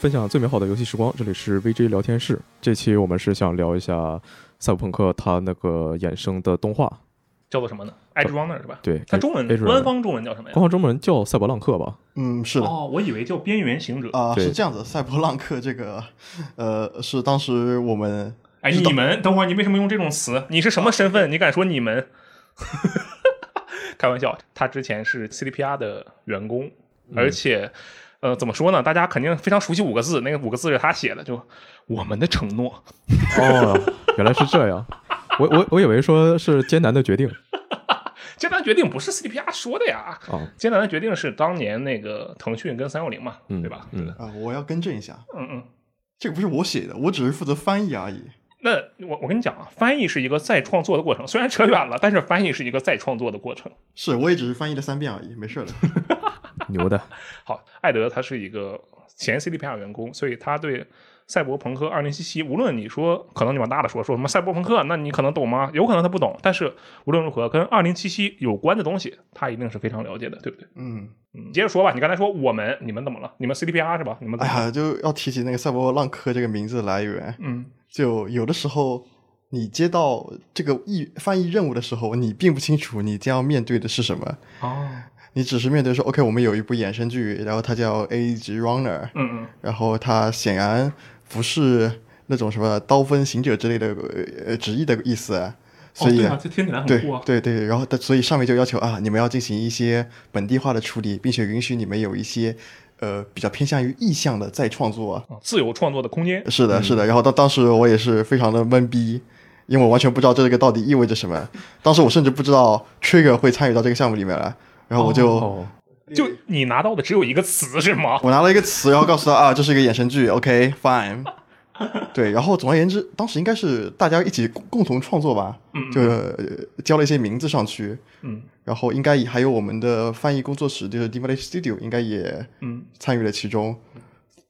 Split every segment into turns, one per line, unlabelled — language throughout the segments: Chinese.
分享最美好的游戏时光，这里是 VG 聊天室。这期我们是想聊一下《赛博朋克》它那个衍生的动画，
叫做什么呢？爱之光那是吧？
对，
它中文
Edge Runner
官方中文叫什么呀
官？方中文叫《赛博浪客》吧？
嗯，是的，啊、
哦，我以为叫《边缘行者》。
对
是这样子。赛博浪客这个，呃，是当时我们
哎，
知道
你们等会儿，你为什么用这种词？你是什么身份？你敢说你 们？开玩笑，他之前是 CDPR 的员工，
嗯
而且，呃，怎么说呢？大家肯定非常熟悉五个字，那个五个字是他写的，就我们的承诺。
哦， 原来是这样。我我我以为说是艰难的决定
艰难决定不是 CDPR 说的呀，
啊，
艰难的决定是当年那个腾讯跟三六零嘛，
嗯
对吧？
嗯
啊、我要更正一下，
嗯嗯。
这个不是我写的，我只是负责翻译而已。
那我我跟你讲啊，翻译是一个再创作的过程，虽然扯远了，但是翻译是一个再创作的过程。
是，我也只是翻译了 三遍而已，没事儿的。
牛的，
好，艾德他是一个前 CDPR 员工，所以他对赛博朋克二零七七，无论你说可能你往大了说说什么赛博朋克，那你可能懂吗？有可能他不懂，但是无论如何，跟二零七七有关的东西，他一定是非常了解的，对不对？
嗯，
嗯，接着说吧，你刚才说我们，你们怎么了？你们 CDPR 是吧？你们
哎
怎么了？
呀，就要提起那个赛博浪客这个名字的来源。
嗯，
就有的时候，你接到这个译翻译任务的时候，你并不清楚你将要面对的是什么，
哦，
你只是面对说，OK，我们有一部衍生剧，然后它叫《A G Runner》，
嗯嗯，
然后它显然不是那种什么刀锋行者之类的呃呃直译的意思， 所
哦，
以、
对啊，这听起来很
对
酷啊。
对对，然后但所以上面就要求啊，你们要进行一些本地化的处理，并且允许你们有一些呃比较偏向于意向的再创作啊。
啊自由创作的空间，
是的，
嗯
是的。然后当当时我也是非常的懵逼，因为我完全不知道这个到底意味着什么。当时我甚至不知道 Trigger 会参与到这个项目里面来，然后我就、
哦，
就你拿到的只有一个词是吗？
我拿了一个词，然后告诉他啊，这是一个衍生剧，OK，fine、对，然后总而言之，当时应该是大家一起共共同创作吧，
嗯嗯
就、呃交了一些名字上去，
嗯
然后应该也还有我们的翻译工作室，就是 d e v i l a Studio，应该也
嗯，
参与了其中。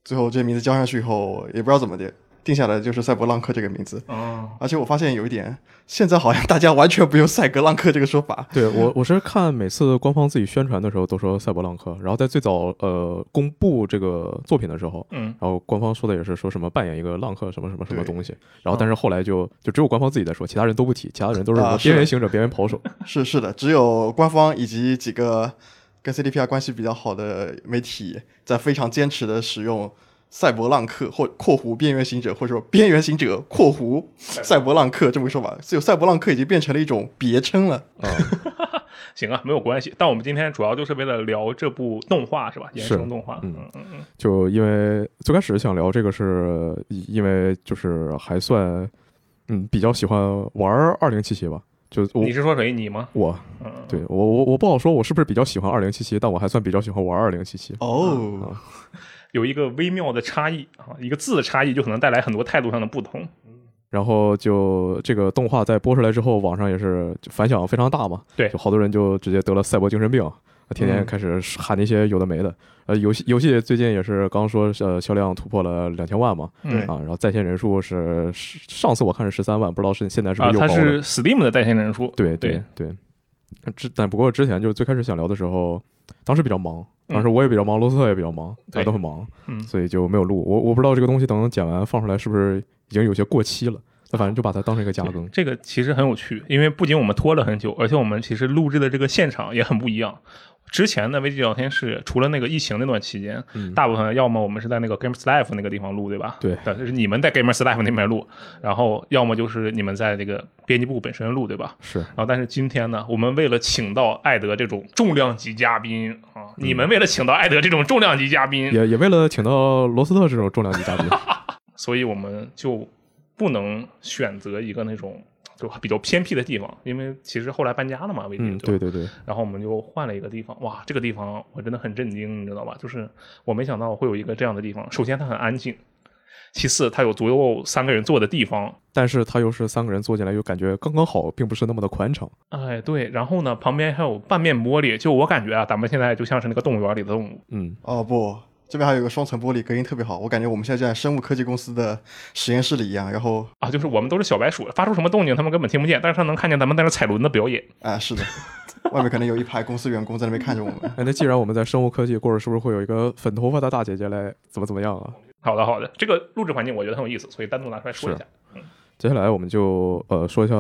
最后这名字交上去以后，也不知道怎么的，定下来就是赛博浪客这个名字。
哦，
而且我发现有一点，现在好像大家完全不用赛格浪客这个说法，
对我我是看每次官方自己宣传的时候都说赛博浪客，然后在最早呃公布这个作品的时候，
嗯，
然后官方说的也是说什么扮演一个浪客什么什么什么
对
东西，然后但是后来就就只有官方自己在说，其他人都不提，其他人都是什么
啊
边缘
是
行者、边缘跑手，
是是的，只有官方以及几个跟 CDPR 关系比较好的媒体，在非常坚持的使用“赛博浪客”或（括弧边缘行者）或者说“边缘行者”（括弧赛博浪客）这么个说法，所以“赛博浪客”已经变成了一种别称了。
行啊，没有关系。但我们今天主要就是为了聊这部动画，是吧？衍
是
生动画，
嗯
嗯嗯嗯，
就因为最开始想聊这个是因为就是还算嗯比较喜欢玩二零七七吧，就我
你是说谁？你吗？
我
嗯嗯，
对我我我不好说我是不是比较喜欢二零七七，但我还算比较喜欢玩二零七七。
哦，
有一个微妙的差异啊，一个字的差异就可能带来很多态度上的不同。
然后就这个动画在播出来之后，网上也是就反响非常大嘛，
对
就好多人就直接得了赛博精神病，天天
嗯
开始喊那些有的没的。呃，游戏游戏最近也是刚说呃销量突破了两千万嘛，
对
啊，然后在线人数是是上次我看是十三万，不知道是现在是不
啊，
是又
它
高了？
是 Steam 的在线人数，
对
对
对。之但不过之前就是最开始想聊的时候，当时比较忙，当时我也比较忙，罗斯特也比较忙，大
对
家都很忙，
嗯
所以就没有录。我我不知道这个东西等剪完放出来是不是已经有些过期了，那反正就把它当成一个加更。
这个其实很有趣，因为不仅我们拖了很久，而且我们其实录制的这个现场也很不一样。之前的危机聊天室，除了那个疫情那段期间，
嗯
大部分要么我们是在那个 Games Live 那个地方录，对吧？
对
但是你们在 Games Live 那边录，然后要么就是你们在这个编辑部本身录，对吧？
是
然后，但是今天呢，我们为了请到艾德这种重量级嘉宾啊，你们为了请到艾德这种重量级嘉宾，
嗯也也为了请到罗斯特这种重量级 嘉宾，
所以我们就不能选择一个那种就比较偏僻的地方，因为其实后来搬家了嘛，微
嗯，
信
对对对，
然后我们就换了一个地方，哇，这个地方我真的很震惊，你知道吧？就是我没想到会有一个这样的地方。首先它很安静，其次它有足够三个人坐的地方，
但是他又是三个人坐进来，又感觉刚刚好，并不是那么的宽敞。
哎，对，然后呢，旁边还有半面玻璃，就我感觉啊，咱们现在就像是那个动物园里的动物，
嗯，
哦不，这边还有一个双层玻璃，隔音特别好，我感觉我们现在就在生物科技公司的实验室里一样。然后
啊，就是我们都是小白鼠，发出什么动静他们根本听不见，但是他能看见咱们在那踩轮的表演。
啊，是的，外面可能有一排公司员工在那边看着我们。
哎，那既然我们在生物科技过着，是不是会有一个粉头发的大姐姐来怎么怎么样啊？
好的，好的，这个录制环境我觉得很有意思，所以单独拿出来说一下。
接下来我们就呃说一下，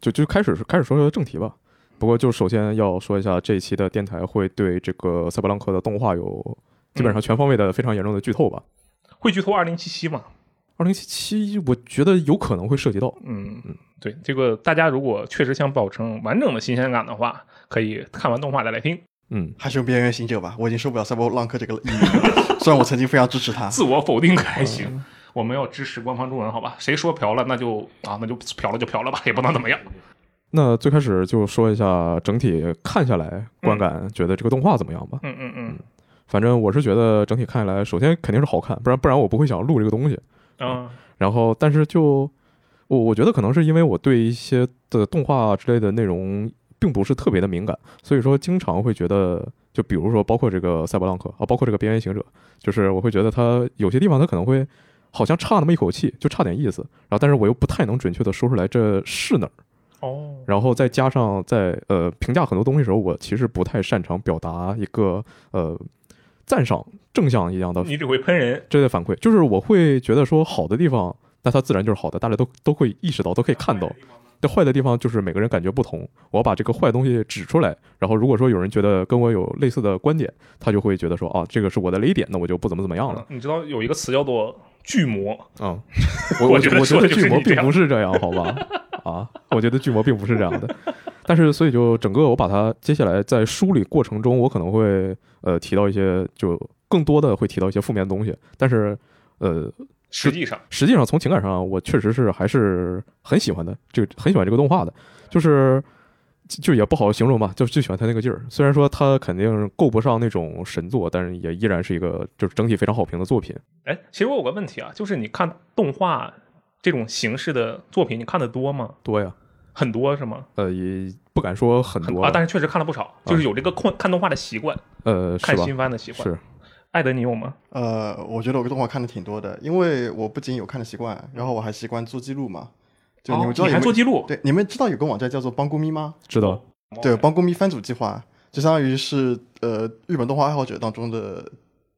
就就开始开始说说正题吧。不过就首先要说一下，这一期的电台会对这个《赛博朋克》的动画有基本上全方位的非常严重的剧透吧。
会剧透二零七七嘛？
二零七七，我觉得有可能会涉及到。
嗯，对，这个大家如果确实想保证完整的新鲜感的话，可以看完动画再来听。
嗯，
还是用边缘行者吧，我已经受不了赛博浪客这个了虽然我曾经非常支持他，
自我否定可还行，我们要支持官方中文，好吧？谁说嫖了，那就啊，那就嫖了就嫖了吧，也 不能怎么样。
那最开始就说一下整体看下来观感，觉得这个动画怎么样吧？
嗯嗯嗯
反正我是觉得整体看下来，首先肯定是好看，不然不然我不会想录这个东西。
嗯
然后，但是就我我觉得可能是因为我对一些的动画啊之类的内容并不是特别的敏感，所以说经常会觉得，就比如说包括这个赛博浪客啊，包括这个边缘行者，就是我会觉得它有些地方它可能会好像差那么一口气，就差点意思。然后，但是我又不太能准确的说出来这是哪儿。
哦，
然后再加上在呃评价很多东西的时候，我其实不太擅长表达一个呃赞赏正向一样的
你只会喷人，
这类反馈，就是我会觉得说好的地方，那它自然就是好的，大家都都会意识到，都可以看到。这坏的地方就是每个人感觉不同，我要把这个坏东西指出来，然后如果说有人觉得跟我有类似的观点，他就会觉得说啊，这个是我的雷点，那我就不怎么怎么样了。
嗯你知道有一个词叫做巨魔，
嗯，
我
我我
觉得
我觉
说的
得
就是
巨魔
你这
并
样
不是这样，好 吧？啊，我觉得巨魔并不是这样的。但是，所以就整个我把它接下来在梳理过程中，我可能会呃提到一些，就更多的会提到一些负面的东西。但是，呃，
实际上，
实际上从情感上，我确实是还是很喜欢的，就很喜欢这个动画的，就是就就也不好形容吧，就就喜欢他那个劲儿。虽然说他肯定够不上那种神作，但是也依然是一个就是整体非常好评的作品。
哎，其实我有个问题啊，就是你看动画这种形式的作品，你看的多吗？
多呀，
很多是吗？
啊呃，也不敢说很
很
多
啊，但是确实看了不少，就是有这个看看动画的习惯，
呃，
看
是吧？
新番的习惯。
是，
艾德，你有吗？
呃，我觉得我动画看的挺多的，因为我不仅有看的习惯，然后我还习惯做记录嘛。就你
哦
们知道有
还
没
做
有？
记录？
对，你们知道有个网站叫做帮咕咪吗？
知道。
哦
对，帮咕咪番组计划，就相当于是呃日本动画爱好者当中的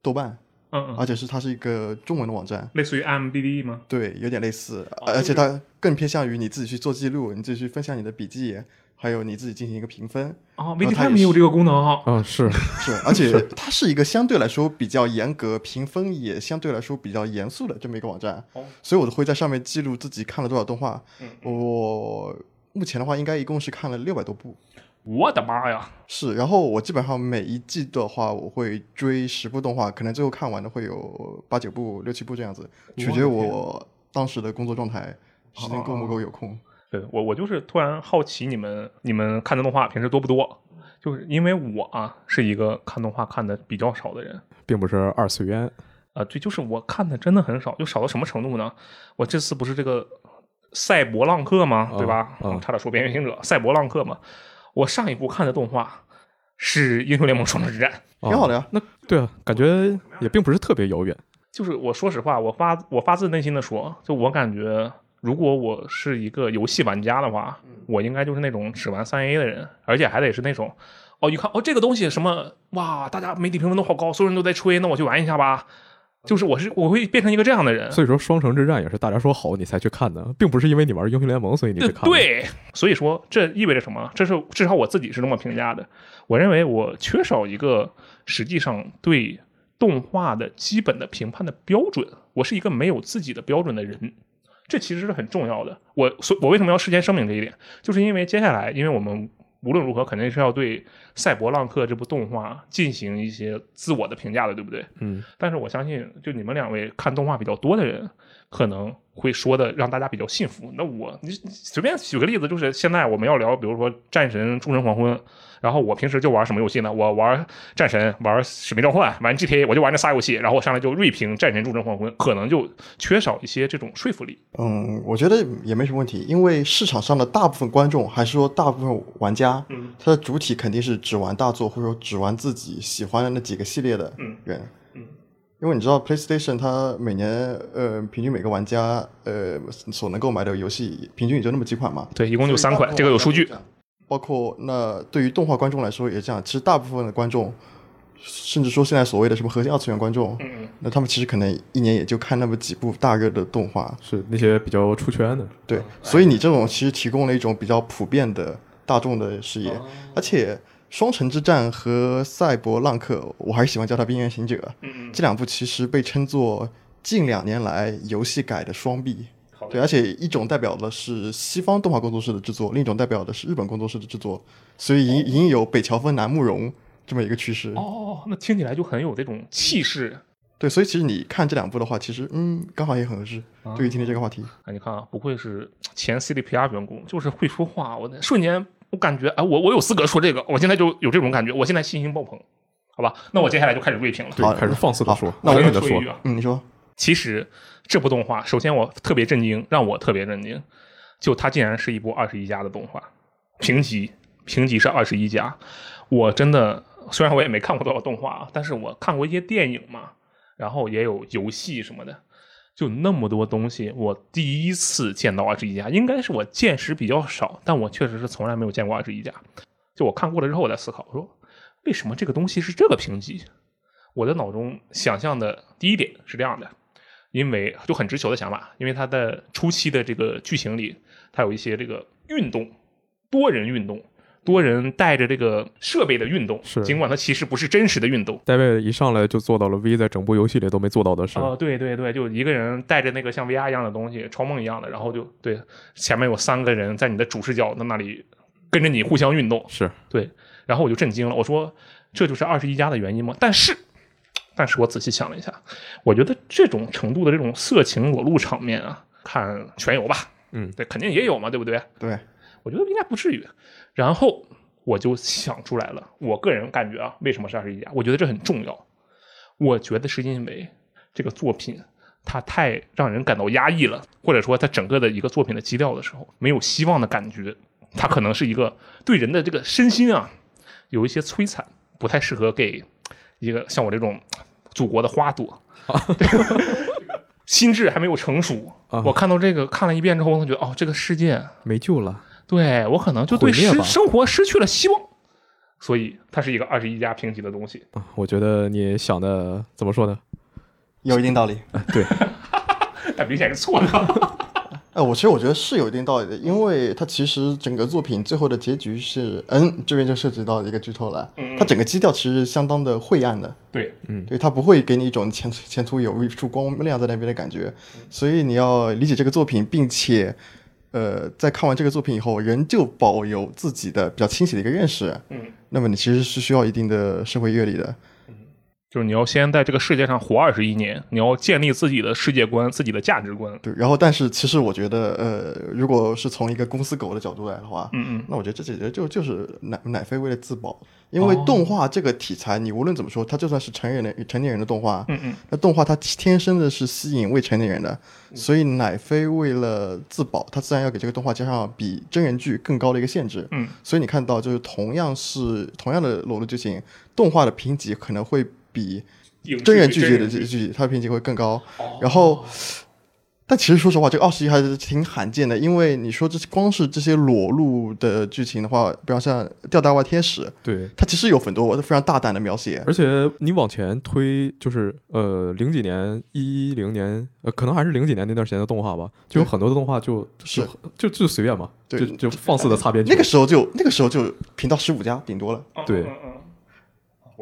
豆瓣，
嗯嗯，
而且是它是一个中文的网站，
类似于 IMDB 吗？
对，有点类似，
哦就
而且
是
它更偏向于你自己去做记录，你自己去分享你的笔记，还有你自己进行一个评分，
哦
然后它也
，VTime 也有
是
这个功能啊。
嗯，是，
是，而且它是一个相对来说比较严格，评分也相对来说比较严肃的这么一个网站，
哦
所以我都会在上面记录自己看了多少动画。
嗯
我目前的话，应该一共是看了六百多部。
我的妈呀！
是，然后我基本上每一季的话，我会追十部动画，可能最后看完的会有八九部、六七部这样子，取决于我当时的工作状态，时间够不够有空。
对我，我就是突然好奇你们你们看的动画平时多不多？就是因为我啊是一个看动画看的比较少的人
并不是二次元。
啊，对，就是我看的真的很少，就少到什么程度呢？我这次不是这个赛博浪客吗？
啊
对吧？
啊
我差点说边缘行者，赛博浪客嘛。我上一部看的动画是《英雄联盟：双城之战》，
啊
挺好的呀
那对啊，感觉也并不是特别遥远。
就是我说实话，我发我发自内心的说，就我感觉，如果我是一个游戏玩家的话，我应该就是那种只玩三 A 的人，而且还得是那种，哦，一看哦这个东西什么哇，大家媒体评论都好高，所有人都在吹，那我去玩一下吧。就是我是我会变成一个这样的人，
嗯
所以说，双城之战也是大家说好你才去看的，并不是因为你玩英雄联盟所以你去
对
看的。
对，所以说这意味着什么？这是至少我自己是这么评价的。我认为我缺少一个实际上对动画的基本的评判的标准，我是一个没有自己的标准的人。这其实是很重要的。我所我为什么要事先声明这一点，就是因为接下来，因为我们无论如何肯定是要对《赛博浪客》这部动画进行一些自我的评价的，对不对？
嗯，
但是我相信，就你们两位看动画比较多的人，可能会说的让大家比较信服。那我你你随便举个例子，就是现在我们要聊，比如说《战神：诸神黄昏》，然后我平时就玩什么游戏呢？我玩战神，玩使命召唤，玩 GTA，我就玩这仨游戏，然后我上来就锐评《战神：诸神黄昏》，可能就缺少一些这种说服力。
嗯，我觉得也没什么问题，因为市场上的大部分观众，还是说大部分玩家，
嗯，
他的主体肯定是只玩大作，或者说只玩自己喜欢的那几个系列的
嗯
人。
嗯
因为你知道 PlayStation 它每年呃平均每个玩家呃所能购买的游戏平均也就那么几款嘛，
对，一共就三款，这个有数据。。
包括那对于动画观众来说也是这样，其实大部分的观众，甚至说现在所谓的什么核心二次元观众，
嗯嗯，
那他们其实可能一年也就看那么几部大热的动画，
是那些比较出圈的，
对，所以你这种其实提供了一种比较普遍的大众的视野，而且《双城之战》和《赛博浪客》，我还是喜欢叫它《边缘行者》
嗯嗯，
这两部，其实被称作近两年来游戏改的双臂。
好
对，
的，
而且一种代表的是西方动画工作室的制作，另一种代表的是日本工作室的制作，所以隐隐有北乔峰南慕容这么一个趋势。
哦，那听起来就很有这种气势。
对，所以其实你看这两部的话，其实嗯，刚好也很合适，对于今天这个话题。
啊，你看啊，不愧是前 CDPR 员工，就是会说话。我那瞬间，我感觉，哎，我我有资格说这个，我现在就有这种感觉，我现在信心爆棚，好吧？那我接下来就开始锐评了。
对，
好
开始放肆的说
好，那
我
我
跟
先
的
说一
说
句，啊，
嗯，你说
其实这部动画，首先我特别震惊，让我特别震惊，就它竟然是一部二十一加的动画，评级评级是二十一加，我真的虽然我也没看过多少动画啊，但是我看过一些电影嘛，然后也有游戏什么的，就那么多东西，我第一次见到二十一加，应该是我见识比较少，但我确实是从来没有见过二十一加。就我看过了之后，我在思考，我说为什么这个东西是这个评级？我的脑中想象的第一点是这样的，因为就很直球的想法，因为它的初期的这个剧情里，它有一些这个运动，多人运动，多人带着这个设备的运动，
是
尽管它其实不是真实的运动，
戴维一上来就做到了 V 在整部游戏里都没做到的事，
哦，对对对，就一个人带着那个像 VR 一样的东西，超梦一样的，然后就对前面有三个人在你的主视角的那里跟着你互相运动，
是
对，然后我就震惊了，我说这就是二十一加的原因吗？但是，但是我仔细想了一下，我觉得这种程度的这种色情裸露场面啊，看全有吧，
嗯
对，肯定也有嘛，对不对？
对，
我觉得应该不至于。然后我就想出来了，我个人感觉啊，为什么是二十一家？我觉得这很重要。我觉得是因为这个作品它太让人感到压抑了，或者说它整个的一个作品的基调的时候没有希望的感觉，它可能是一个对人的这个身心啊有一些摧残，不太适合给一个像我这种祖国的花朵。 心智还没有成熟，
啊
我看到这个看了一遍之后，我觉得哦，这个世界
没救了，
对我可能就对
毁灭
失
吧
生活失去了希望，所以它是一个二十一加评级的东西。
啊我觉得你想的怎么说呢？
有一定道理。
但明显是错的。
哎，我其实我觉得是有一定道理的，因为它其实整个作品最后的结局是，嗯，这边就涉及到一个剧透了，它整个基调其实相当的晦暗的，
对，
对，它不会给你一种前前途有一束光亮在那边的感觉，所以你要理解这个作品，并且，呃，在看完这个作品以后，仍旧保有自己的比较清晰的一个认识，
嗯，
那么你其实是需要一定的社会阅历的，
就是你要先在这个世界上活二十一年，你要建立自己的世界观、自己的价值观。
对。然后，但是其实我觉得，呃，如果是从一个公司狗的角度来的话，
嗯嗯，
那我觉得这简直就就是奶奶飞为了自保，因
哦
为动画这个题材，你无论怎么说，它就算是成人的成年人的动画，
嗯嗯，
那动画它天生的是吸引未成年人的，所以奶飞为了自保，它自然要给这个动画加上比真人剧更高的一个限制。
嗯，
所以你看到就是同样是同样的裸露剧情，动画的评级可能会比
影视
真人
剧
剧集的
人
剧
剧
集，哦它的评级会更高。然后，但其实说实话，这个二十一还是挺罕见的，因为你说这光是这些裸露的剧情的话，比方像《吊带袜天使》，
对，
它其实有很多非常大胆的描写。
而且你往前推，就是呃零几年、一零年，呃可能还是零几年那段时间的动画吧，就有
对
很多的动画就是就就随便嘛，
对
就就放肆的擦边球。
那个时候就那个时候就频道十五家顶多了，
对
嗯嗯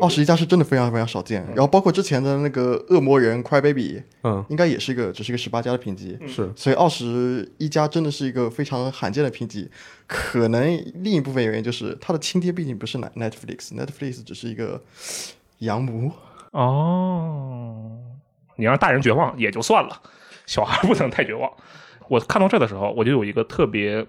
二十一家是真的非常非常少见。然后包括之前的那个恶魔人 Cry Baby，
嗯
应该也是一个只是一个十八家的评级。
是
所以二十一家真的是一个非常罕见的评级，可能另一部分原因就是它的亲爹毕竟不是 Net- Netflix，Netflix 只是一个洋模，
哦，你让大人绝望也就算了，小孩不能太绝望。我看到这的时候，我就有一个特别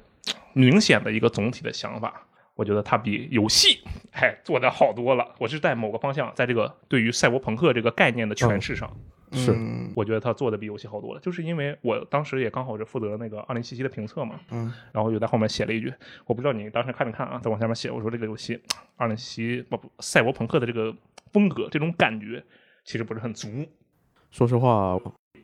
明显的一个总体的想法，我觉得它比游戏哎做的好多了。我是在某个方向，在这个对于赛博朋克这个概念的诠释上，
是
嗯
我觉得他做的比游戏好多了，就是因为我当时也刚好是负责那个二零七七的评测嘛，
嗯，
然后就在后面写了一句，我不知道你当时看没看啊，在往下面写，我说这个游戏二零七不不赛博朋克的这个风格这种感觉其实不是很足，嗯、
说实话，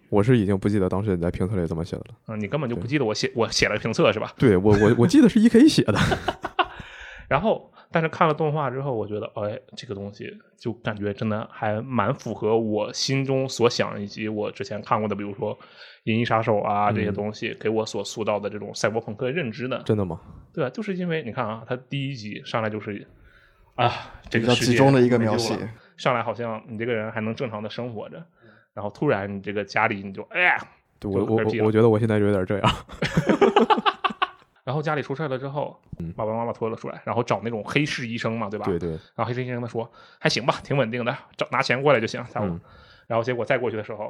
我是已经不记得当时你在评测里怎么写的了。
嗯你根本就不记得我写我写了评测是吧？
对我我我记得是 E K 写的，
然后但是看了动画之后，我觉得，哎，这个东西就感觉真的还蛮符合我心中所想，以及我之前看过的，比如说《银翼杀手啊》这些
嗯
东西，给我所塑造的这种赛博朋克认知的。
真的吗？
对吧？就是因为你看啊，他第一集上来就是啊，这
比
个
较
世
集
界
中的一个
没
描
救了
写，嗯
上来好像你这个人还能正常的生活着，然后突然你这个家里你就哎呀，
对我
就
我
嗝屁了
我我觉得我现在就有点这样。
然后家里出事了之后，
嗯
爸爸妈妈拖了出来，然后找那种黑市医生嘛，对吧？
对对，
然后黑市医生他说还行吧，挺稳定的，找拿钱过来就行，下午。
嗯
然后结果再过去的时候，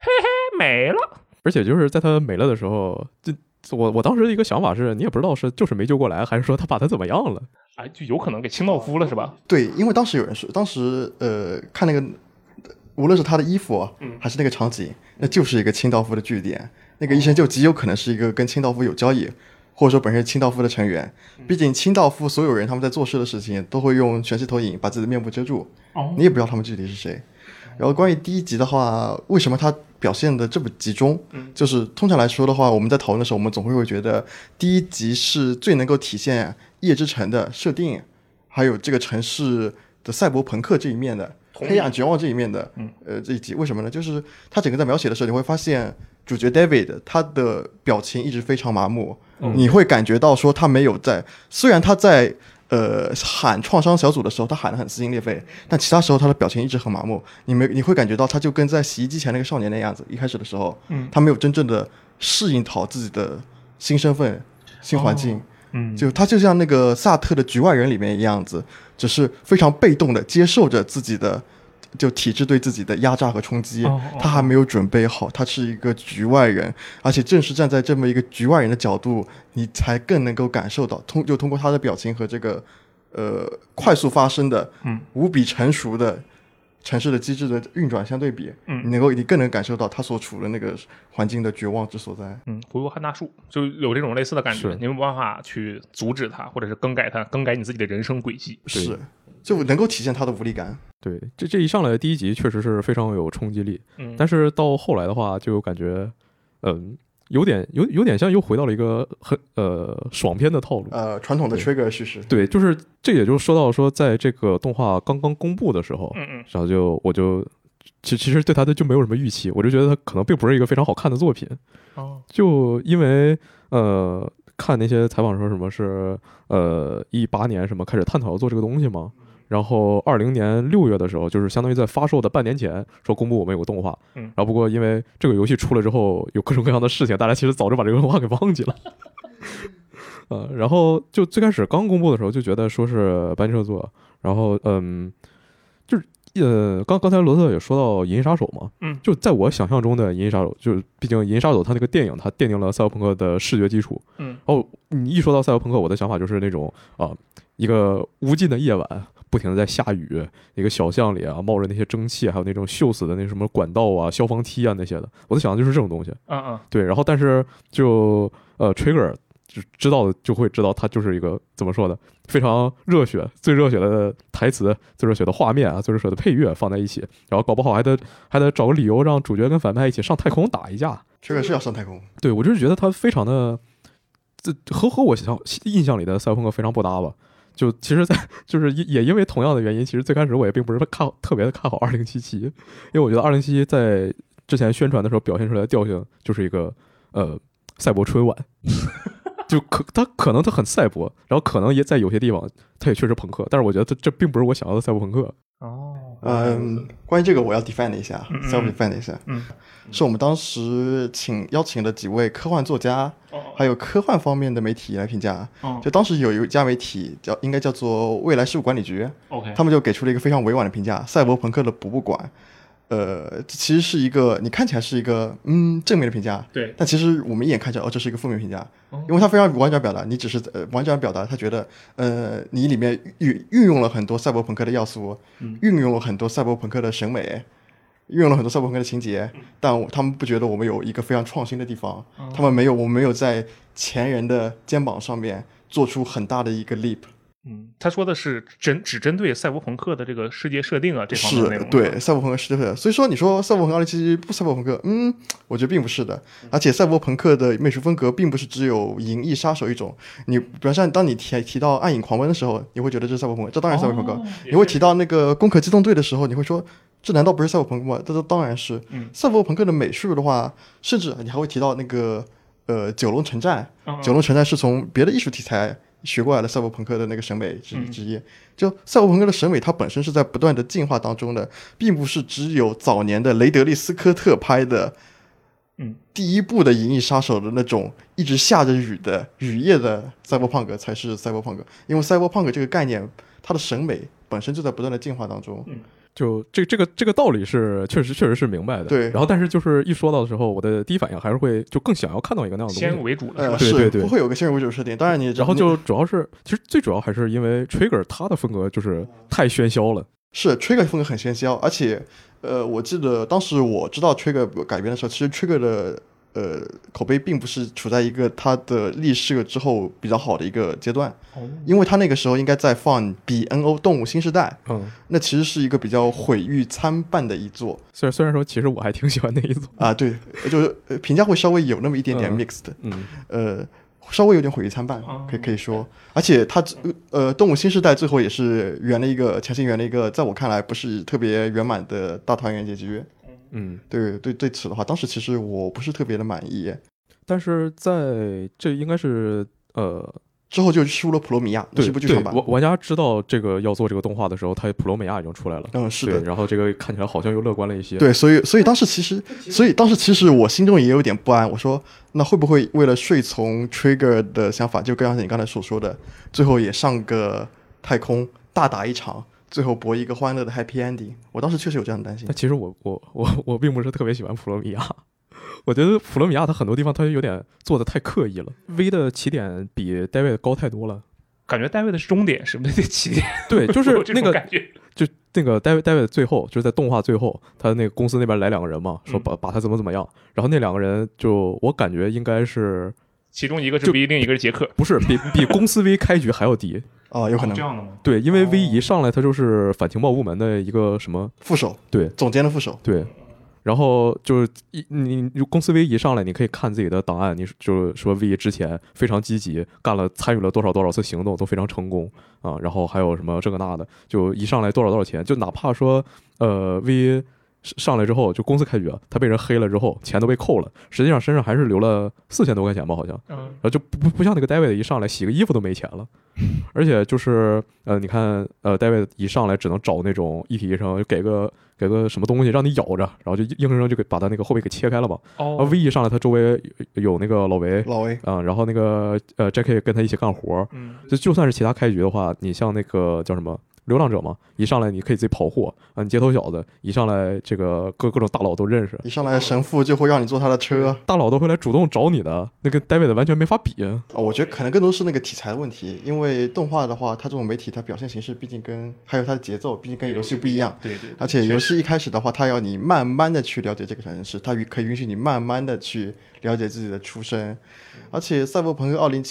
嘿嘿没了，
而且就是在他没了的时候，就我我当时的一个想法是，你也不知道是就是没救过来，还是说他把他怎么样了？
哎，就有可能给清道夫了是吧？
对，因为当时有人说，当时呃看那个，无论是他的衣服啊
嗯
还是那个场景，那就是一个清道夫的据点。那个医生就极有可能是一个跟清道夫有交易，或者说本身是清道夫的成员。
嗯
毕竟清道夫所有人他们在做事的事情都会用全息投影把自己的面部遮住，
哦
你也不知道他们具体是谁。然后关于第一集的话，为什么它表现的这么集中？
嗯
就是通常来说的话，我们在讨论的时候，我们总会会觉得第一集是最能够体现夜之城的设定，还有这个城市的赛博朋克这一面的
同意
黑暗绝望这一面的。
嗯，
呃，这一集为什么呢？就是它整个在描写的时候，你会发现主角 David 他的表情一直非常麻木，
哦
你会感觉到说他没有在，虽然他在呃喊创伤小组的时候，他喊得很撕心裂肺，但其他时候他的表情一直很麻木，你没你会感觉到他就跟在洗衣机前那个少年那样子，一开始的时候，
嗯
他没有真正的适应好自己的新身份、新环境，
嗯，
就他就像那个萨特的《局外人》里面一样子，只是非常被动的接受着自己的。就体制对自己的压榨和冲击，
哦哦
他还没有准备好，他是一个局外人，而且正是站在这么一个局外人的角度，你才更能够感受到通就通过他的表情和这个呃快速发生的、
嗯、
无比成熟的城市的机制的运转相对比，
嗯
你能够你更能感受到他所处的那个环境的绝望之所在。
嗯，不如汉大树，就有这种类似的感觉，
是
你没有办法去阻止它，或者是更改它，更改你自己的人生轨迹。
是，就能够体现他的无力感。
对，这这一上来第一集确实是非常有冲击力，
嗯，
但是到后来的话，就感觉，嗯，有点有有点像又回到了一个很呃爽片的套路。
呃，传统的 trigger 叙事，
对，就是这也就说到说，在这个动画刚刚公布的时候，
嗯嗯，
然后就我就其其实对它的就没有什么预期，我就觉得它可能并不是一个非常好看的作品。
哦，
就因为呃，看那些采访说什么是呃一八年什么开始探讨要做这个东西嘛，然后二零年六月的时候，就是相当于在发售的半年前说公布我们有个动画，
嗯
然后不过因为这个游戏出了之后有各种各样的事情，大家其实早就把这个动画给忘记了。 呃，然后就最开始刚公布的时候就觉得说是班车做，然后嗯，就是呃，刚刚才罗特也说到《银翼杀手》嘛，
嗯
就在我想象中的《银翼杀手》，就是毕竟《银翼杀手》它那个电影它奠定了赛博朋克的视觉基础。
嗯，
哦，你一说到赛博朋克，我的想法就是那种啊、一个无尽的夜晚，啊不停的在下雨，一个小巷里啊，冒着那些蒸汽，还有那种锈死的那什么管道啊、消防梯啊那些的，我的想的就是这种东西。
嗯嗯，
对，然后但是就呃，Trigger 就知道的就会知道，它就是一个怎么说呢，非常热血、最热血的台词、最热血的画面啊、最热血的配乐放在一起，然后搞不好还得还得找个理由让主角跟反派一起上太空打一架。
，trigger 是要上太空。
对我就是觉得它非常的，这和和我想印象里的赛博朋克非常不搭吧。就其实在，就是也也因为同样的原因，其实最开始我也并不是看特别的看好二零七七，因为我觉得二零七七在之前宣传的时候表现出来的调性就是一个呃赛博春晚，就可它可能它很赛博，然后可能也在有些地方它也确实朋克，但是我觉得这这并不是我想要的赛博朋克。
哦，
嗯，关于这个我要 defend 一下
嗯嗯
，self defend 一下，
嗯，
是我们当时请邀请了几位科幻作家，
哦
还有科幻方面的媒体来评价。
哦
就当时有一家媒体叫应该叫做未来事务管理局，
，OK，
他们就给出了一个非常委婉的评价：赛博朋克的博物馆。呃，这其实是一个你看起来是一个嗯正面的评价，
对，
但其实我们一眼看起来哦这是一个负面评价
哦，
因为它非常婉转表达，你只是呃婉转表达，他觉得呃你里面运运用了很多赛博朋克的要素，
嗯
运用了很多赛博朋克的审美，运用了很多赛博朋克的情节，
嗯
但我他们不觉得我们有一个非常创新的地方，
哦
他们没有我们没有在前人的肩膀上面做出很大的一个 leap。
嗯，他说的是针只针对赛博朋克的这个世界设定啊这方面的内
是
容。
对，赛博朋克是的，所以说你说赛博朋克二零七七不赛博朋克，嗯，我觉得并不是的。而且赛博朋克的美术风格并不是只有《银翼杀手》一种。你比方像当你提提到《暗影狂奔》的时候，你会觉得这是赛博朋克，这当然是赛博朋克。
哦
你会提到那个《攻壳机动队》的时候，你会说这难道不是赛博朋克吗？这这当然是。
嗯
赛博朋克的美术的话，甚至你还会提到那个呃《九龙城寨》
嗯
九龙城寨是从别的艺术题材学过来的赛博朋克的那个审美之
嗯
之一。就赛博朋克的审美，它本身是在不断的进化当中的，并不是只有早年的雷德利·斯科特拍的，
嗯，
第一部的《银翼杀手》的那种一直下着雨的雨夜的赛博朋克才是赛博朋克，因为赛博朋克这个概念，它的审美本身就在不断的进化当中。
就这这个这个道理是确实确实是明白的。
对
然后但是就是一说到的时候，我的第一反应还是会就更想要看到一个那样的
先
东
入
西。
为主的
呃，
是吧？
对
是
对对
会有个先入为主设定，当然你
然后就主要是，其实最主要还是因为 Trigger 他的风格就是太喧嚣了。
是 Trigger 风格很喧嚣，而且，呃，我记得当时我知道 Trigger 改编的时候，其实 Trigger 的呃口碑并不是处在一个它的立世之后比较好的一个阶段，
哦
因为它那个时候应该在放 BNO 动物新时代，
嗯，
那其实是一个比较毁誉参半的一作
虽然虽然说其实我还挺喜欢那一 组。
啊，对，就是呃评价会稍微有那么一点点
嗯
mixed，、
嗯，
呃，稍微有点毁誉参半
哦，
可以可以说。而且它呃，《动物新时代》最后也是圆了一个强行圆了一个，在我看来不是特别圆满的大团圆结局。
嗯，
对对对此的话，当时其实我不是特别的满意，
但是在这应该是呃，
之后就出了《普罗米亚》那
对
是一部剧
对，
场版。
玩玩家知道这个要做这个动画的时候，他普罗美亚已经出来了。
嗯，是
对，
的，
然后这个看起来好像又乐观了一些。，
对，所以所以当时其实，所以当时其实我心中也有点不安，我说那会不会为了顺从 Trigger 的想法，就跟像你刚才所说的，最后也上个太空大打一场，最后博一个欢乐的 Happy Ending？我当时确实有这样
嗯
的担心
但。其实我我我我并不是特别喜欢普罗米亚，我觉得普罗米亚它很多地方它有点做的太刻意了。V
嗯
的起点比 David 高太多了。
感觉戴维的是终点，是不是？这 起点
对， 就
我
是
有这
那
种
个
感觉，
就那个 David David 最后就是在动画最后，他那个公司那边来两个人嘛，
嗯
说把把他怎么怎么样，然后那两个人就我感觉应该是
其中一个是
就
V，另一个是杰克，
不是比比公司 V 开局还要低？
哦，有可能
这样的吗？
对，因为
哦
V 一上来他就是反情报部门的一个什么
副手，
对
总监的副手，
对。然后就是一你你公司 V 一上来，你可以看自己的档案，你就是说 V 之前非常积极，干了参与了多少多少次行动，都非常成功啊。然后还有什么这个那的，就一上来多少多少钱，就哪怕说呃 V 上来之后，就公司开局啊，他被人黑了之后，钱都被扣了，实际上身上还是留了四千多块钱吧，好像。
嗯
然后就不不不像那个 David 一上来洗个衣服都没钱了，而且就是呃，你看呃，David 一上来只能找那种一体医生，就给个给个什么东西让你咬着，然后就硬生生就给把他那个后背给切开了嘛。然后
哦
啊 V 一上来，他周围有有那个老维
老 A
啊、然后那个呃 Jackie 跟他一起干活，
嗯
就就算是其他开局的话，你像那个叫什么流浪者嘛，一上来你可以自己跑货啊，你街头小子一上来这个各各种大佬都认识，
一上来神父就会让你坐他的车，
大佬都会来主动找你的，那跟 David 完全没法比。
哦，我觉得可能更多是那个题材的问题，因为动画的话，它这种媒体它表现形式毕竟跟还有它的节奏，毕竟跟游戏不一样。
对对，对
而且游戏一开始的话，它要你慢慢的去了解这个城市，它允可以允许你慢慢的去了解自己的出身。而且《赛博朋克2077》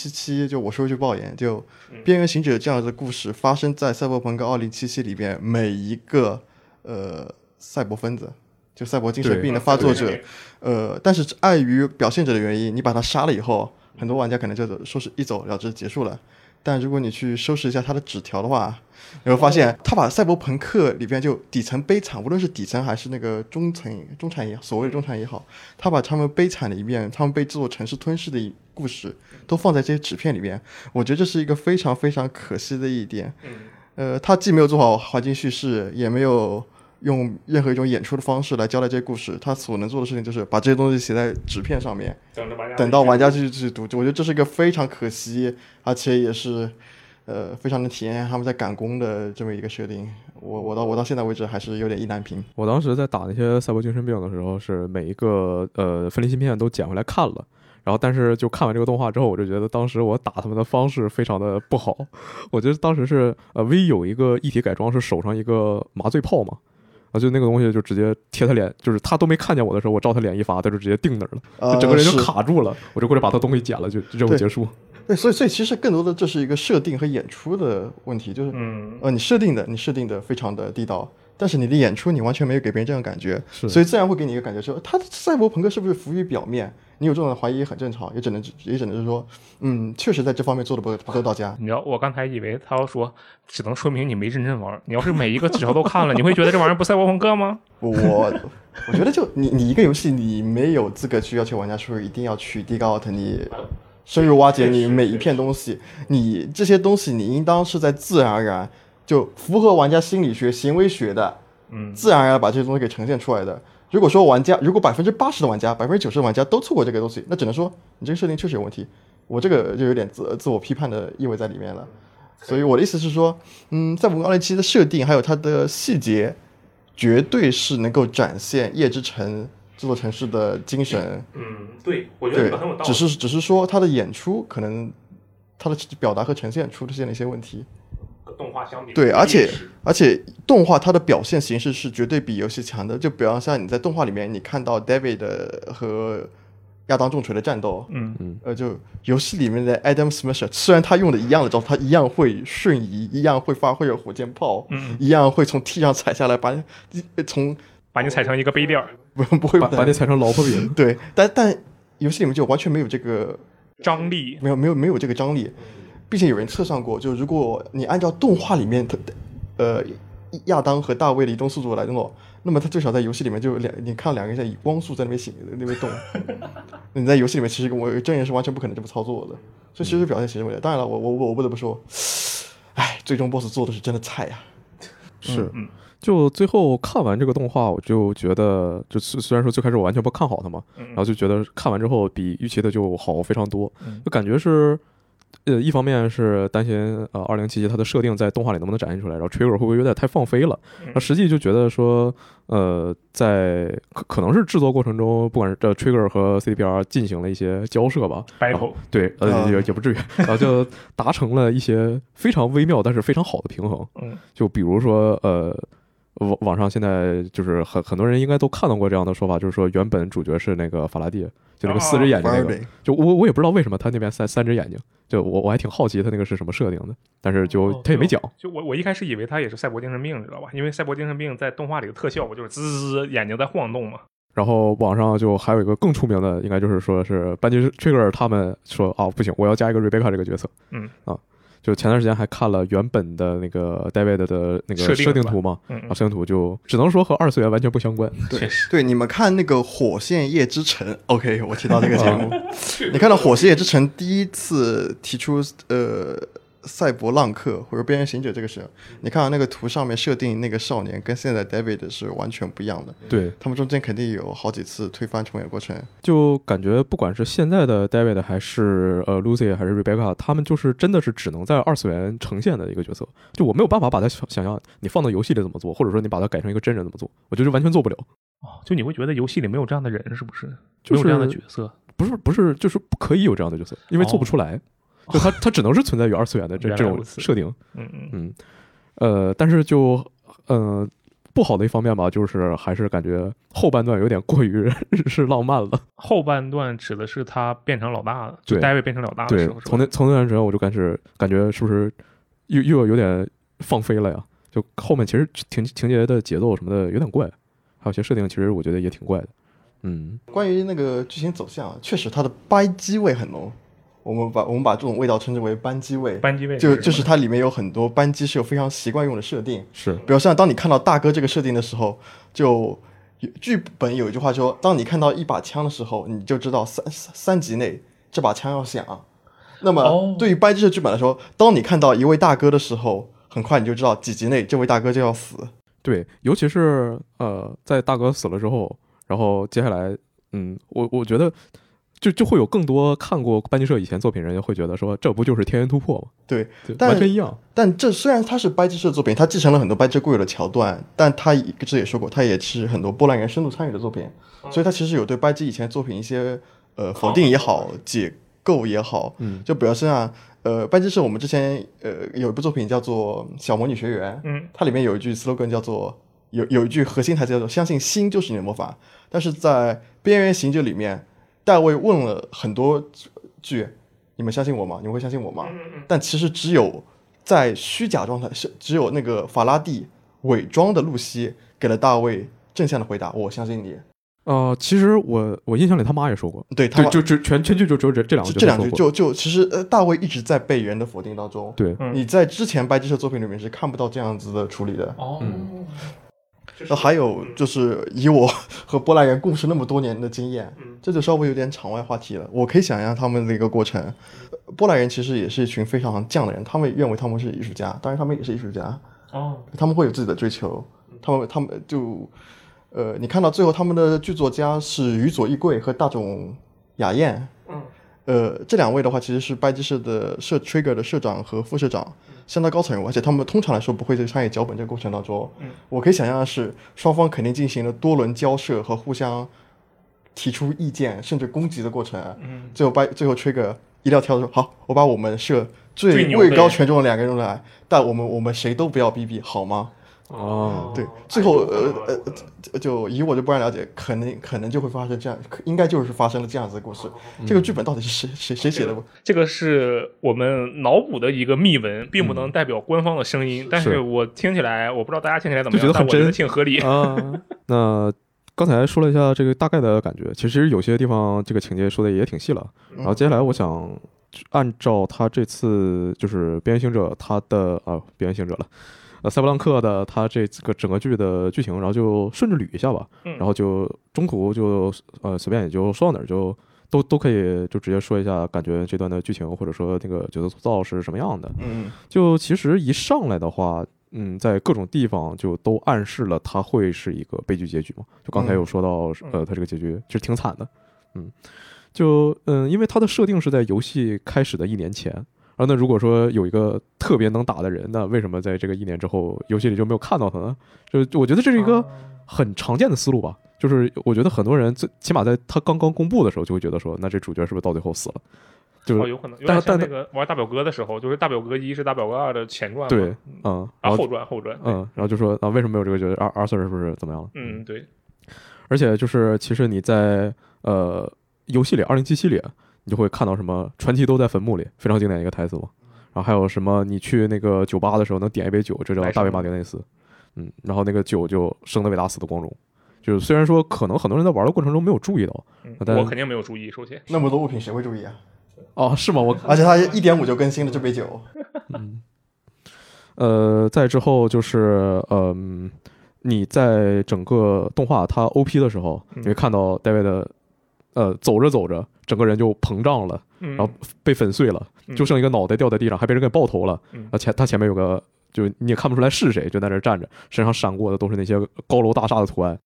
就我说一句爆言，就《边缘行者》这样的故事发生在《赛博朋克2077》里边，每一个呃赛博分子，就赛博精神
对
病的发作者
对，
呃，但是碍于表现者的原因，你把他杀了以后，很多玩家可能就说是一走了之结束了。但如果你去收拾一下他的纸条的话，你会发现他把赛博朋克里边就底层悲惨，无论是底层还是那个中层中产也好，所谓的中产也好，他把他们悲惨的一面，他们被这座城市吞噬的一故事，都放在这些纸片里边。我觉得这是一个非常非常可惜的一点。
嗯
呃，他既没有做好环境叙事，也没有用任何一种演出的方式来交代这些故事。他所能做的事情就是把这些东西写在纸片上面，
等着玩家
等到玩家去去读。我觉得这是一个非常可惜，而且也是呃非常能体验他们在赶工的这么一个设定。我我到我到现在为止还是有点意难平。
我当时在打那些赛博精神病的时候，是每一个呃分离芯片都捡回来看了。然后，但是就看完这个动画之后，我就觉得当时我打他们的方式非常的不好。我觉得当时是呃，V 有一个一体改装是手上一个麻醉炮嘛，啊，就那个东西就直接贴他脸，就是他都没看见我的时候，我照他脸一发，他就直接定那儿了，
呃
就整个人就是卡住了。我就过去把他东西捡了，就任务
对
结束。
对，所以所以其实更多的这是一个设定和演出的问题，就是
嗯，
呃，你设定的你设定的非常的地道，但是你的演出你完全没有给别人这样的感觉，
是
所以自然会给你一个感觉说，他赛博朋克是不是浮于表面？你有这种怀疑很正常，也只能也只能是说，嗯，确实在这方面做的不不够到家。
你知道我刚才以为他要说，只能说明你没认真玩儿。你要是每一个纸条都看了，你会觉得这玩意儿不赛博朋克吗？
我我我觉得就你你一个游戏，你没有资格去要求玩家说一定要去 dig out 你深入挖掘你每一片东西，你这些东西你应当是在自然而然就符合玩家心理学、行为学的
嗯，
自然而然把这些东西给呈现出来的。如果说玩家，如果百分之八十的玩家、百分之九十的玩家都错过这个东西，那只能说你这个设定确实有问题。我这个就有点自自我批判的意味在里面了。所以我的意思是说，嗯，在《五二零七》的设定还有它的细节，绝对是能够展现《夜之城》这座城市的精神。
嗯，对，我
对，只是只是说它的演出可能它的表达和呈现出现了一些问题。
动画相比
对，而且而且动画它的表现形式是绝对比游戏强的。就比方像你在动画里面，你看到 David 和亚当重锤的战斗，
嗯
嗯，
呃，就游戏里面的 Adam Smasher，虽然他用的一样的招，他一样会瞬移，一样会发挥火箭炮，
嗯，
一样会从地上踩下来把呃从
把你踩成一个杯垫儿，
不不会
把把你踩成老婆饼。
对，但但游戏里面就完全没有这个
张力，
没有没有没有这个张力，并且有人测算过，就如果你按照动画里面的，呃，亚当和大卫的移动速度来弄，那么他最少在游戏里面就两，你看两个人在以光速在那边行那边动，那你在游戏里面其实我真人是完全不可能这么操作的，所以其实表现形式问题。当然了，我我我不得不说，哎，最终 BOSS 做的是真的菜啊呀、
是
嗯，
就最后看完这个动画，我就觉得，就虽虽然说最开始我完全不看好它嘛，
嗯
然后就觉得看完之后比预期的就好非常多
嗯，
就感觉是。呃，一方面是担心呃，二零七七它的设定在动画里能不能展现出来，然后 trigger 会不会有点太放飞
嗯
了？然后实际就觉得说，呃，在可可能是制作过程中，不管是这呃 trigger 和 CDPR 进行了一些交涉吧，
battle，
对，呃，
啊
也也不至于，然后就达成了一些非常微妙但是非常好的平衡。
嗯，
就比如说，呃，网网上现在就是很很多人应该都看到过这样的说法，就是说原本主角是那个法拉第，就那个四只眼睛那个。
Faraday
就我我也不知道为什么他那边三三只眼睛，就我我还挺好奇他那个是什么设定的，但是就
哦
他也没讲。
就我我一开始以为他也是赛博精神病，你知道吧？因为赛博精神病在动画里的特效，我就是滋滋滋眼睛在晃动嘛。
然后网上就还有一个更出名的，应该就是说是班级 Trigger 他们说啊，不行，我要加一个 Rebecca 这个角色。
嗯
啊，就前段时间还看了原本的那个 David 的那
设
个
定
设定
吧
图嘛，
嗯
啊，，设定图就只能说和二次元完全不相关。
确实，
对，你们看那个《火线夜之城》，OK，我 提到这个节 目，你看到《火线夜之城》第一次提出呃赛博浪客或者边缘行者这个时候，你看到那个图上面设定那个少年跟现在 David 是完全不一样的，
对，
他们中间肯定有好几次推翻重演过程。
就感觉不管是现在的 David 还是呃 Lucy 还是 Rebecca，他们就是真的是只能在二次元呈现的一个角色。就我没有办法把它想想象你放到游戏里怎么做，或者说你把它改成一个真人怎么做，我觉得完全做不了。
哦，就你会觉得游戏里没有这样的人，是不是？
就
没有这样的
是
角色，
不是不是，就是不可以有这样的角色，因为做不出来，就它它只能是存在于二次元的这
哦 原来
这
如
种
此
设定。
嗯嗯，
嗯，呃，但是就呃不好的一方面吧，就是还是感觉后半段有点过于 日式浪漫了。
后半段指的是他变成老大了，就
对
大卫变成老大的
对
时啊候，，是
从
吧？
那从那段时间我就开始感觉是不是又又有点放飞了呀？就后面其实情情节的节奏什么的有点怪，还有些设定其实我觉得也挺怪的。嗯，
关于那个剧情走向啊，确实它的掰机味很浓，我们把我们把这种味道称之为扳机味，
班级位
就
置
就是它里面有很多扳机是有非常习惯用的设定。
是
比如像当你看到大哥这个设定的时候，就有剧本有一句话说，当你看到一把枪的时候，你就知道三三三级内这把枪要响。那
哦
么对于掰这剧本来说，当你看到一位大哥的时候，很快你就知道几级内这位大哥就要死。
对，尤其是呃，在大哥死了之后，然后接下来，嗯，我我觉得就就会有更多看过班级社以前作品人会觉得说，这不就是天元突破吗？
对，
对，
但
完全一样。
但这虽然它是掰制社的作品，它继承了很多掰制固有的桥段，但它一直也说过，它也是很多波兰人深度参与的作品，所以它其实有对掰制以前的作品一些呃否定也好，解构也好，
嗯，
就比如像啊，呃，掰制社我们之前呃有一部作品叫做《小魔女学园》，
嗯，
它里面有一句 slogan 叫做有有一句核心台词叫做“相信心就是你的魔法”，但是在《边缘行者》里面，大卫问了很多句，你们相信我吗？你们会相信我吗？
嗯嗯
但其实只有在虚假状态，是只有那个法拉第伪装的露西给了大卫正向的回答，我相信你。
呃，其实我我印象里他妈也说过，
对他
对，就只全全剧就只有这这两
这
句，
这两句
就
就就其实呃，大卫一直在被人的否定当中。
对，
嗯
你在之前拜基的作品里面是看不到这样子的处理的。
哦，
嗯
那还有就是以我和波兰人共事那么多年的经验，这就稍微有点场外话题了。我可以想象他们的一个过程。呃波兰人其实也是一群非常犟的人，他们认为他们是艺术家，当然他们也是艺术家，
哦，
他们会有自己的追求，他们他们就，呃，你看到最后他们的剧作家是宇佐义贵和大冢雅彦，
嗯，
呃，这两位的话其实是拜基社的社 Trigger 的社长和副社长，相当高层人物，而且他们通常来说不会在参与脚本这个过程当中。
嗯
我可以想象的是，双方肯定进行了多轮交涉和互相提出意见甚至攻击的过程。
嗯，
最后拜最后 Trigger 一撂挑子说：“好，我把我们社
最
最
牛的
位高
人
权重的两个人弄来，但我们我们谁都不要逼逼，好吗？”
哦
对，最后呃呃，就就以我对波兰了解，可能可能就会发生这样，可应该就是发生了这样子的故事。这个剧本到底是谁谁谁写的？
这个是我们脑补的一个密文，并不能代表官方的声音，但是
嗯是
我听起来，我不知道大家听起来怎么样，
就觉得
但
很
我觉得
真
挺合理。
啊，那刚才说了一下这个大概的感觉，其实有些地方这个情节说的也挺细了。然后接下来我想按照他这次就是《边缘行者》他的啊，《边缘行者》了。呃，塞布朗克的他这个整个剧的剧情，然后就顺着捋一下吧，
嗯
然后就中途就呃随便也就说到哪儿就都都可以就直接说一下，感觉这段的剧情或者说那个角色塑造是什么样的。
嗯
就其实一上来的话，嗯，在各种地方就都暗示了它会是一个悲剧结局嘛。就刚才有说到，呃，它这个结局其实挺惨的，嗯，就嗯，因为它的设定是在游戏开始的一年前。啊，那如果说有一个特别能打的人，那为什么在这个一年之后游戏里就没有看到他呢？就就我觉得这是一个
哦
很常见的思路吧。就是我觉得很多人最起码在他刚刚公布的时候就会觉得说，那这主角是不是到最后死了？就是、
哦，有可能，有
但
点像
但
那个玩大表哥的时候，就是大表哥一是大表哥二的前传嘛，
对，嗯，
啊
然后
后传后传，
嗯，然后就说啊，为什么没有这个角色？阿阿 Sir 是不是怎么样了？
嗯，对，
而且就是其实你在呃游戏里二零七七里，你就会看到什么传奇都在坟墓里，非常经典的一个台词嘛。然后还有什么你去那个酒吧的时候能点一杯酒，这叫
白
大卫
生
马丁内斯，嗯，然后那个酒就生的伟大，死的光荣。就是虽然说可能很多人在玩的过程中没有注意到
嗯
但
我肯定没有注意，首先，
那么多物品谁会注意啊？
哦，是吗？我
而且他一点五就更新了这杯酒，
呃，再之后就是嗯、你在整个动画它 OP 的时候，你会看到 David 的呃走着走着，整个人就膨胀了，
嗯
然后被粉碎了，
嗯
就剩一个脑袋掉在地上，还被人给爆头了。
嗯
啊，前他前面有个。就你也看不出来是谁，就在那儿站着，身上闪过的都是那些高楼大厦的图案。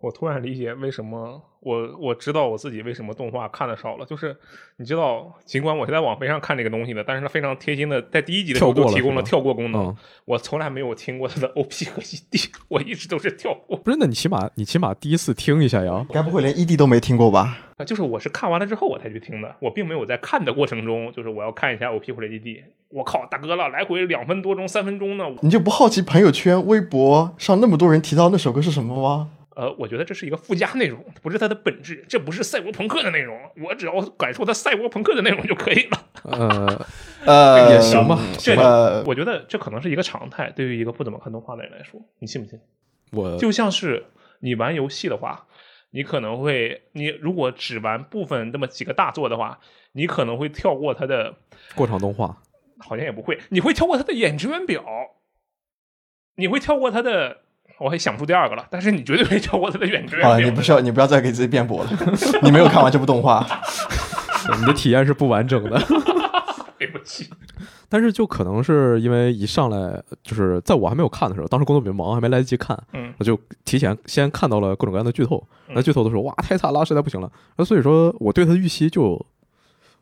我突然理解为什么我我知道我自己为什么动画看的少了，就是你知道，尽管我是在网飞上看这个东西的，但是它非常贴心的在第一集的时候
跳
就
过了
提供了
是吧
跳过功能，
嗯
我从来没有听过它的 OP 和 ED，我 一直都是跳过
不是，那你起码你起码第一次听一下 呀。
该不会连 ED 都没听过吧？
啊，就是我是看完了之后我才去听的，我并没有在看的过程中，就是我要看一下 OP 或者 ED，我靠，大哥了，来回两分多钟、三分钟呢，我
你就不好奇朋友圈、微博上那么多人提到那首歌是什么吗？
呃，我觉得这是一个附加内容，不是它的本质，这不是赛博朋克的内容，我只要感受它赛博朋克的内容就可以了。
呃，
呃，
也行吧
这
呃，
我觉得这可能是一个常态，对于一个不怎么看动画的人来说，你信不信？
我
就像是你玩游戏的话，你可能会，你如果只玩部分那么几个大作的话，你可能会跳过它的，
过场动画，
好像也不会，你会跳过它的演职员表，你会跳过它的。我还想不出第二个了，但是你绝对会跳过它的演职员
呃好
表的。
了，啊你不需要，你不要再给自己辩驳了， 你没有看完这部动画。
你的体验是不完整的。
对不起，
但是就可能是因为一上来就是在我还没有看的时候，当时工作比较忙，还没来得及看，
嗯
我就提前先看到了各种各样的剧透。
嗯
那剧透的时候，哇，太惨了，实在不行了。那所以说，我对他的预期就，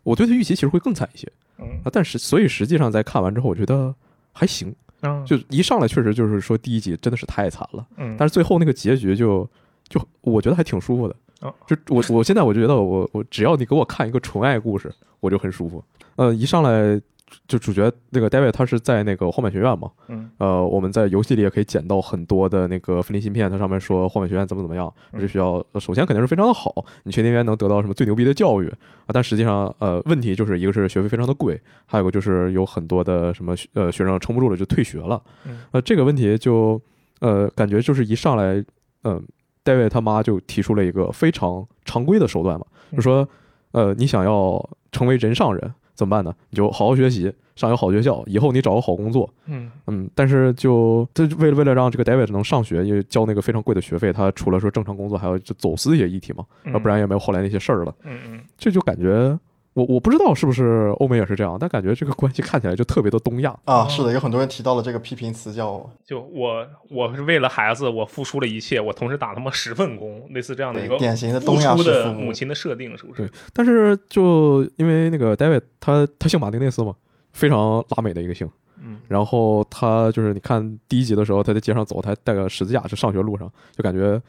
我对他预期其实会更惨一些
嗯
啊。但是所以实际上在看完之后，我觉得还行。
嗯
就一上来确实就是说第一集真的是太惨了，
嗯，
但是最后那个结局就就我觉得还挺舒服的
哦。
就我我现在我就觉得我我只要你给我看一个纯爱故事，我就很舒服。呃，一上来就主角那个 David 他是在那个荒坂学院嘛，
嗯，
呃，我们在游戏里也可以捡到很多的那个分离芯片，它上面说荒坂学院怎么怎么样，
嗯
这学校呃首先肯定是非常的好，你去那边能得到什么最牛逼的教育啊，但实际上呃问题就是一个是学费非常的贵，还有一个就是有很多的什么学呃学生撑不住了就退学了
嗯，
呃这个问题就呃感觉就是一上来嗯、戴 David 他妈就提出了一个非常常规的手段嘛，
嗯
就说呃你想要成为人上人怎么办呢？你就好好学习，上一个好学校，以后你找个好工作。
嗯
嗯，但是就他就为了为了让这个 David 能上学，因为交那个非常贵的学费，他除了说正常工作，还要就走私一些议题嘛，
嗯
要不然也没有后来那些事儿了。
嗯嗯，
这就感觉我我不知道是不是欧美也是这样，但感觉这个关系看起来就特别的东亚。
啊，是的，有很多人提到了这个批评词叫
嗯就我我是为了孩子，我付出了一切，我同时打他妈十份工，类似这样的一个
对典型的
付
东亚
出
式
的
父母
母，亲的设定，是不是
对？但是就因为那个 David 他他姓马丁内斯嘛，非常拉美的一个姓。
嗯，
然后他就是你看第一集的时候，他在街上走，他还带个十字架，是上学路上，就感觉，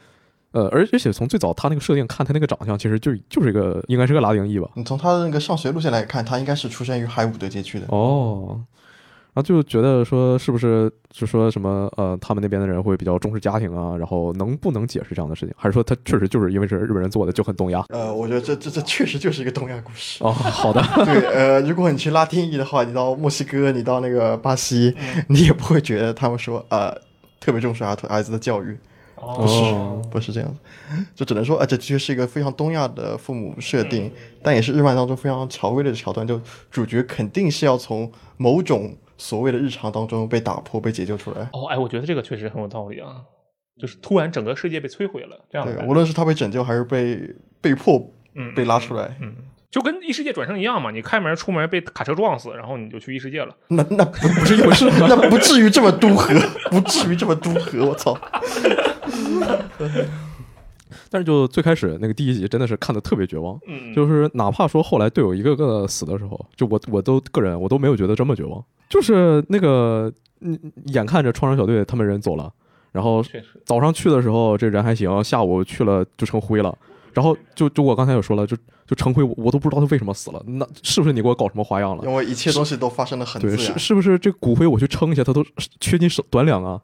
呃，而而且从最早他那个设定看他那个长相，其实就就是一个应该是个拉丁裔吧。
你从他的那个上学路线来看，他应该是出生于海伍德街区的。
哦，然后就觉得说是不是就说什么呃，他们那边的人会比较重视家庭啊，然后能不能解释这样的事情，还是说他确实就是因为是日本人做的就很东亚？
呃，我觉得这这这确实就是一个东亚故事。
哦，好的，
对，呃，如果你去拉丁裔的话，你到墨西哥，你到那个巴西，你也不会觉得他们说呃特别重视孩子孩子的教育，不是、
哦
不是这样子，就只能说啊、呃这的确是一个非常东亚的父母设定，但也是日漫当中非常巧妙的桥段，就主角肯定是要从某种所谓的日常当中被打破、被解救出来。
哦，哎，我觉得这个确实很有道理啊，就是突然整个世界被摧毁了，这样的
对，
感觉
无论是他被拯救还是被被迫
嗯
被拉出来，
嗯，就跟异世界转生一样嘛，你开门出门被卡车撞死，然后你就去异世界了。
那那不不是一回事，那不至于这么都合，不至于这么都合，我操！
但是就最开始那个第一集真的是看的特别绝望，
嗯，
就是哪怕说后来队友一个个死的时候，就我我都个人我都没有觉得这么绝望，就是那个嗯，眼看着创伤小队他们人走了，然后
确实，
早上去的时候这人还行，下午去了就成灰了。然后就就我刚才有说了，就就成灰，我我都不知道他为什么死了。那是不是你给我搞什么花样了？
因为一切东西都发生的很自
对，
然
是。是不是这骨灰我去称一下，他都缺斤少短两啊？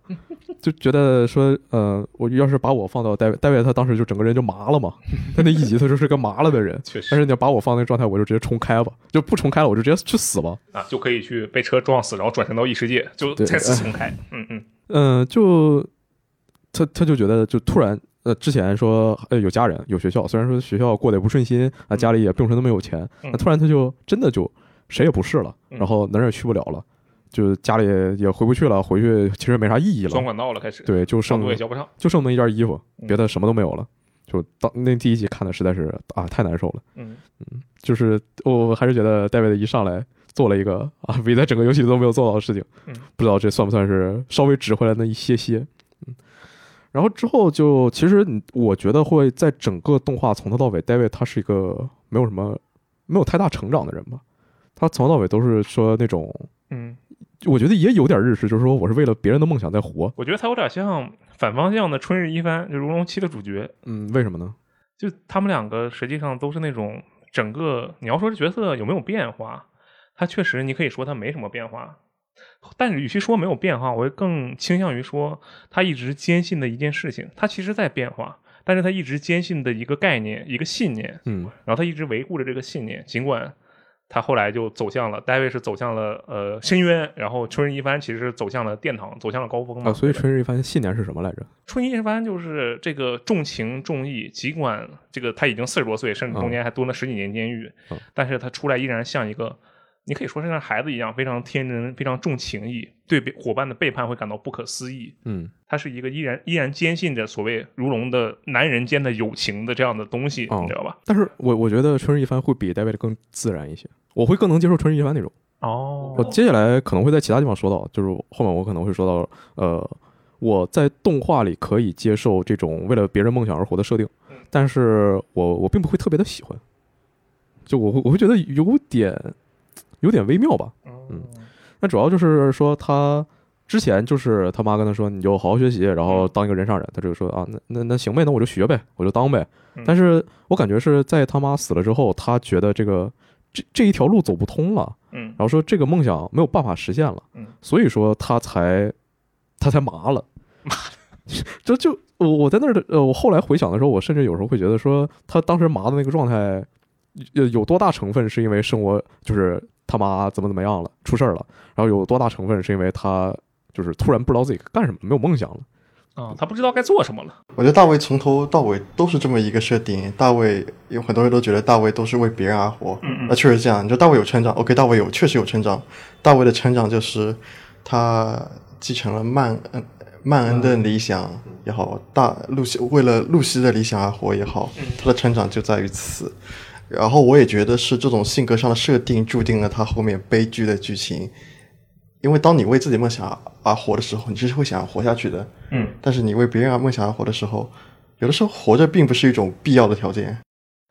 就觉得说，呃，我要是把我放到戴维戴维，他当时就整个人就麻了嘛。 他那一集他就是个麻了的人，
确实
但是你要把我放那个状态，我就直接重开吧，就不重开了，我就直接去死吧。
啊，就可以去被车撞死，然后转身到异世界，就
对哎
再次重开。嗯嗯
嗯、就他他就觉得就突然。呃，之前说呃有家人有学校，虽然说学校过得也不顺心啊，家里也并不是那么有钱，
嗯
那突然他就真的就谁也不是了，
嗯
然后哪儿也去不了了，就家里也回不去了，回去其实没啥意义
钻
了，
管道了，开始
对，就
上
剩
路也交不上。
就剩那一件衣服，
嗯
别的什么都没有了。就当那第一集看的实在是啊太难受了，
嗯，
就是我还是觉得戴维的一上来做了一个啊比在整个游戏都没有做到的事情
嗯，
不知道这算不算是稍微指回来那一些些。嗯，然后之后就其实你我觉得会在整个动画从头到尾，戴维他是一个没有什么没有太大成长的人吧，他从头到尾都是说那种。
嗯，
我觉得也有点日式，就是说我是为了别人的梦想在活。
我觉得他有点像反方向的春日一番，就《如龙七》的主角，
嗯，为什么呢？
就他们两个实际上都是那种整个你要说这角色有没有变化，他确实你可以说他没什么变化，但与其说没有变化，我会更倾向于说他一直坚信的一件事情，他其实在变化，但是他一直坚信的一个概念、一个信念，
嗯，
然后他一直维护着这个信念，尽管。他后来就走向了，戴维是走向了呃深渊，然后春日一番其实是走向了殿堂，走向了高峰嘛。
啊，所以
对吧
春日一番信念是什么来着？
春一帆就是这个重情重义，尽管这个他已经四十多岁，甚至中间还蹲了十几年监狱，
嗯
但是他出来依然像一个，你可以说是像孩子一样，非常天真，非常重情义，对别伙伴的背叛会感到不可思议。
嗯，
他是一个依然依然坚信着所谓如龙的男人间的友情的这样的东西，
哦
你知道吧？
但是我我觉得春日一番会比 David 更自然一些，我会更能接受春日一番那种。
哦
我接下来可能会在其他地方说到，就是后面我可能会说到，呃，我在动画里可以接受这种为了别人梦想而活的设定
嗯，
但是我我并不会特别的喜欢，就我会我会觉得有点有点微妙吧。
嗯
那主要就是说他之前就是他妈跟他说你就好好学习，然
嗯
后当一个人上人，他就说啊那那那行呗，那我就学呗，我就当呗
嗯。
但是我感觉是在他妈死了之后，他觉得这个这这一条路走不通了，
嗯
然后说这个梦想没有办法实现了，
嗯
所以说他才他才麻 了，这就我我在那儿的呃，我后来回想的时候，我甚至有时候会觉得说他当时麻的那个状态，有有多大成分是因为生活就是他妈怎么怎么样了出事儿了，然后有多大成分是因为他就是突然不知道自己干什么，没有梦想了。嗯
啊，他不知道该做什么了。
我觉得大卫从头到尾都是这么一个设定。大卫有很多人都觉得大卫都是为别人而活，
嗯嗯
那确实这样。你说大卫有成长，OK，大卫有确实有成长。大卫的成长就是他继承了曼恩曼恩的理想
嗯
也好，大露西为了露西的理想而活也好，
嗯
他的成长就在于此。然后我也觉得是这种性格上的设定注定了他后面悲剧的剧情，因为当你为自己梦想而活的时候，你是会想活下去的。
嗯，
但是你为别人而梦想而活的时候，有的时候活着并不是一种必要的条件。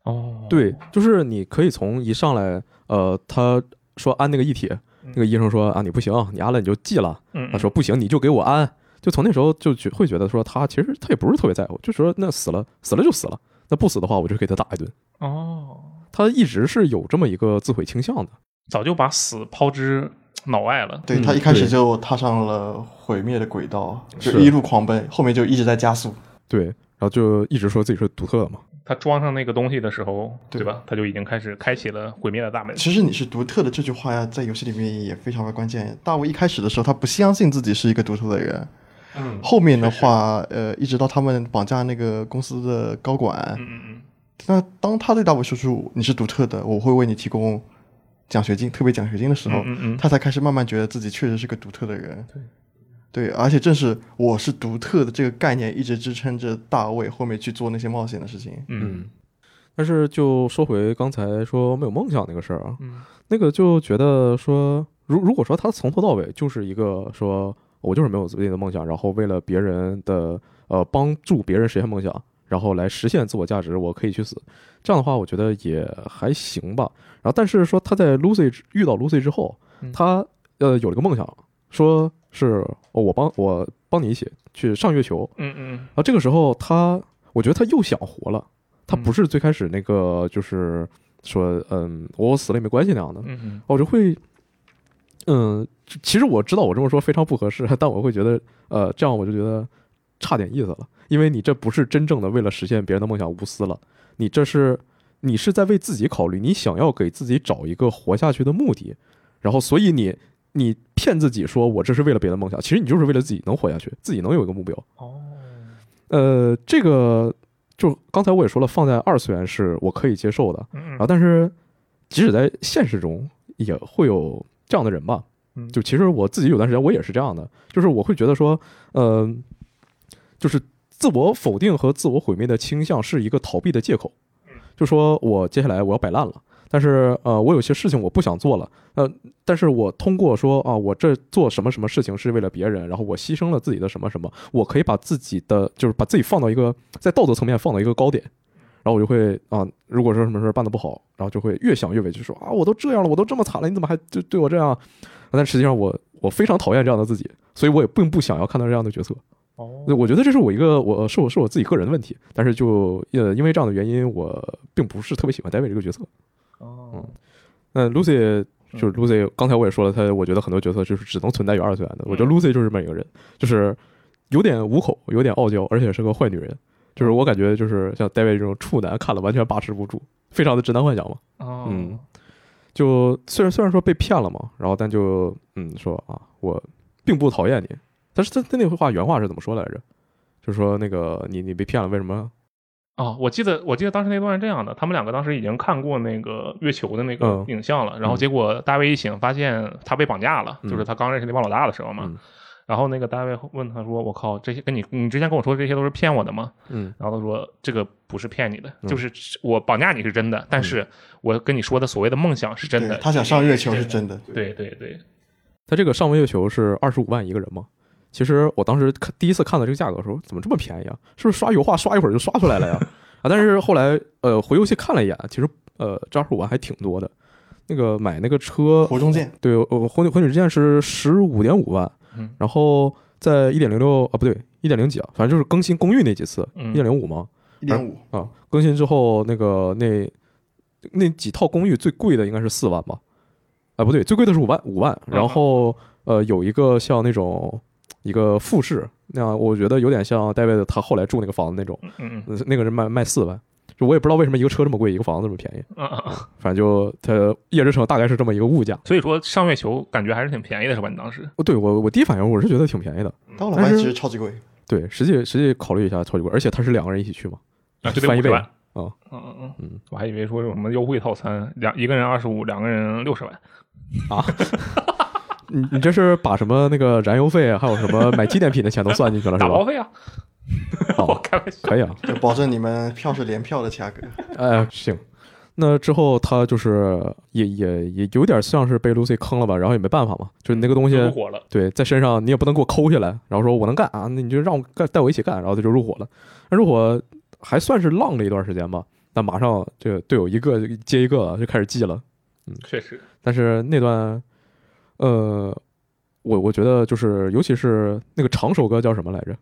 哦，
对，就是你可以从一上来，呃，他说安那个一体，那个医生说啊，你不行，你安了你就记了。
嗯，
他说不行，你就给我安。就从那时候就觉会觉得说他其实他也不是特别在乎，就说那死了死了就死了，那不死的话我就给他打一顿。
哦，
他一直是有这么一个自毁倾向的。
早就把死抛之脑外了。
对
嗯
他一开始
对
就踏上了毁灭的轨道，就是一路狂奔，后面就一直在加速。
对，然后就一直说自己是独特的嘛。
他装上那个东西的时候，
对
对吧？他就已经开始开启了毁灭的大门。
其实你是独特的这句话呀，在游戏里面也非常的关键。大卫一开始的时候，他不相信自己是一个独特的人。
嗯
后面的话，呃，一直到他们绑架那个公司的高管，
嗯嗯
那当他对大卫说出“你是独特的，我会为你提供奖学金，特别奖学金”的时候，
嗯嗯嗯，
他才开始慢慢觉得自己确实是个独特的人。对，而且正是我是独特的这个概念，一直支撑着大卫后面去做那些冒险的事情。
嗯，
但是就说回刚才说没有梦想那个事儿啊，
嗯
那个就觉得说，如如果说他从头到尾就是一个说我就是没有自己的梦想，然后为了别人的呃帮助别人实现梦想，然后来实现自我价值，我可以去死，这样的话我觉得也还行吧。然后但是说他在 Lucy 之遇到 Lucy 之后
嗯，
他呃有了个梦想，说是、哦、我帮我帮你一起去上月球，
嗯嗯
然后这个时候他，我觉得他又想活了，他不是最开始那个就是说，嗯，我死了也没关系那样的，
嗯嗯，
我就会，嗯，其实我知道我这么说非常不合适，但我会觉得，呃，这样我就觉得差点意思了，因为你这不是真正的为了实现别人的梦想无私了，你这是你是在为自己考虑，你想要给自己找一个活下去的目的，然后所以你你骗自己说我这是为了别的梦想，其实你就是为了自己能活下去，自己能有一个目标。
哦，
呃，这个就刚才我也说了，放在二次元是我可以接受的
嗯
啊，但是即使在现实中也会有这样的人吧
嗯。
就其实我自己有段时间我也是这样的，就是我会觉得说，呃，就是自我否定和自我毁灭的倾向是一个逃避的借口，就说我接下来我要摆烂了。但是呃，我有些事情我不想做了，呃，但是我通过说啊，我这做什么什么事情是为了别人，然后我牺牲了自己的什么什么，我可以把自己的就是把自己放到一个在道德层面放到一个高点，然后我就会啊、如果说什么事儿办得不好，然后就会越想越委屈，说啊，我都这样了，我都这么惨了，你怎么还就对我这样啊？但实际上我我非常讨厌这样的自己，所以我也并不想要看到这样的角色。
哦
我觉得这是我一个我是我是我自己个人的问题，但是就呃因为这样的原因，我并不是特别喜欢戴维这个角色。
哦，
那 Lucy 就
嗯
是 Lucy，刚才我也说了，她我觉得很多角色就是只能存在于二次元的。我觉得 Lucy 就是这么一个人，就是有点无口，有点傲娇，而且是个坏女人。就是我感觉就是像 David 这种处男看了完全把持不住，非常的直男幻想嘛。
哦
嗯就虽然虽然说被骗了嘛，然后但就嗯说啊，我并不讨厌你。但是他他那话原话是怎么说来着？就是说那个你你被骗了，为什么？
哦，我记得我记得当时那段是这样的，他们两个当时已经看过那个月球的那个
嗯
影像了，然
嗯
后结果大卫一醒，发现他被绑架了，就是
嗯
他刚认识那帮老大的时候嘛。
嗯
然后那个大卫问他说：“我靠，这些跟你你之前跟我说这些都是骗我的吗？”
嗯
然后他说：“这个不是骗你的，
嗯
就是我绑架你是真的，但是我跟你说的所谓的梦想是真的。
对他想上月球是真的，
对对对，
他这个上位月球是二十五万一个人吗？其实我当时看第一次看到这个价格的时候，怎么这么便宜啊？是不是刷油画刷一会儿就刷出来了呀？啊，但是后来呃回游戏看了一眼，其实呃这二十五万还挺多的。那个买那个车，
活中见。
对，呃火女火女之剑是十五点五万
嗯，
然后在一点零六啊不对一点零几啊，反正就是更新公寓那几次，一
嗯
点零五嘛，
一点五，
啊，更新之后那个那那几套公寓最贵的应该是四万吧？哎，不对，最贵的是五万，五万。
嗯
然后呃，有一个像那种一个复式，那样我觉得有点像戴维的他后来住那个房子那种，
嗯嗯
呃那个人卖卖四万。就我也不知道为什么一个车这么贵，一个房子这么便宜，
嗯嗯嗯，
反正就它夜之城大概是这么一个物价。
所以说上月球感觉还是挺便宜的，是吧？你当时
哦对我我第一反应我是觉得挺便宜的，但
当老板
是
其实超级贵，
对，实际实际考虑一下超级贵，而且他是两个人一起去嘛，
啊，就得
翻一
五十
倍
万。
啊
嗯嗯嗯
嗯，
我还以为说有什么优惠套餐，两一个人二十五，两个人六十万。
你你这是把什么那个燃油费啊，还有什么买纪念品的钱都算进去 了是
打包
吧？
费啊！ 我
哦，
开玩笑，
可以啊，
就保证你们票是联票的价 格。
哎，行。那之后他就是也也也有点像是被 Lucy 坑了吧，然后也没办法嘛，就是你那个东西
就入伙了。
对在身上你也不能给我抠下来，然后说我能干啊，那你就让我干，带我一起干，然后他就入伙了。那入伙还算是浪了一段时间吧，但马上这个队友一个接一个就开始记了。
确实，
但是那段，呃，我我觉得就是，尤其是那个长手哥叫什么来着？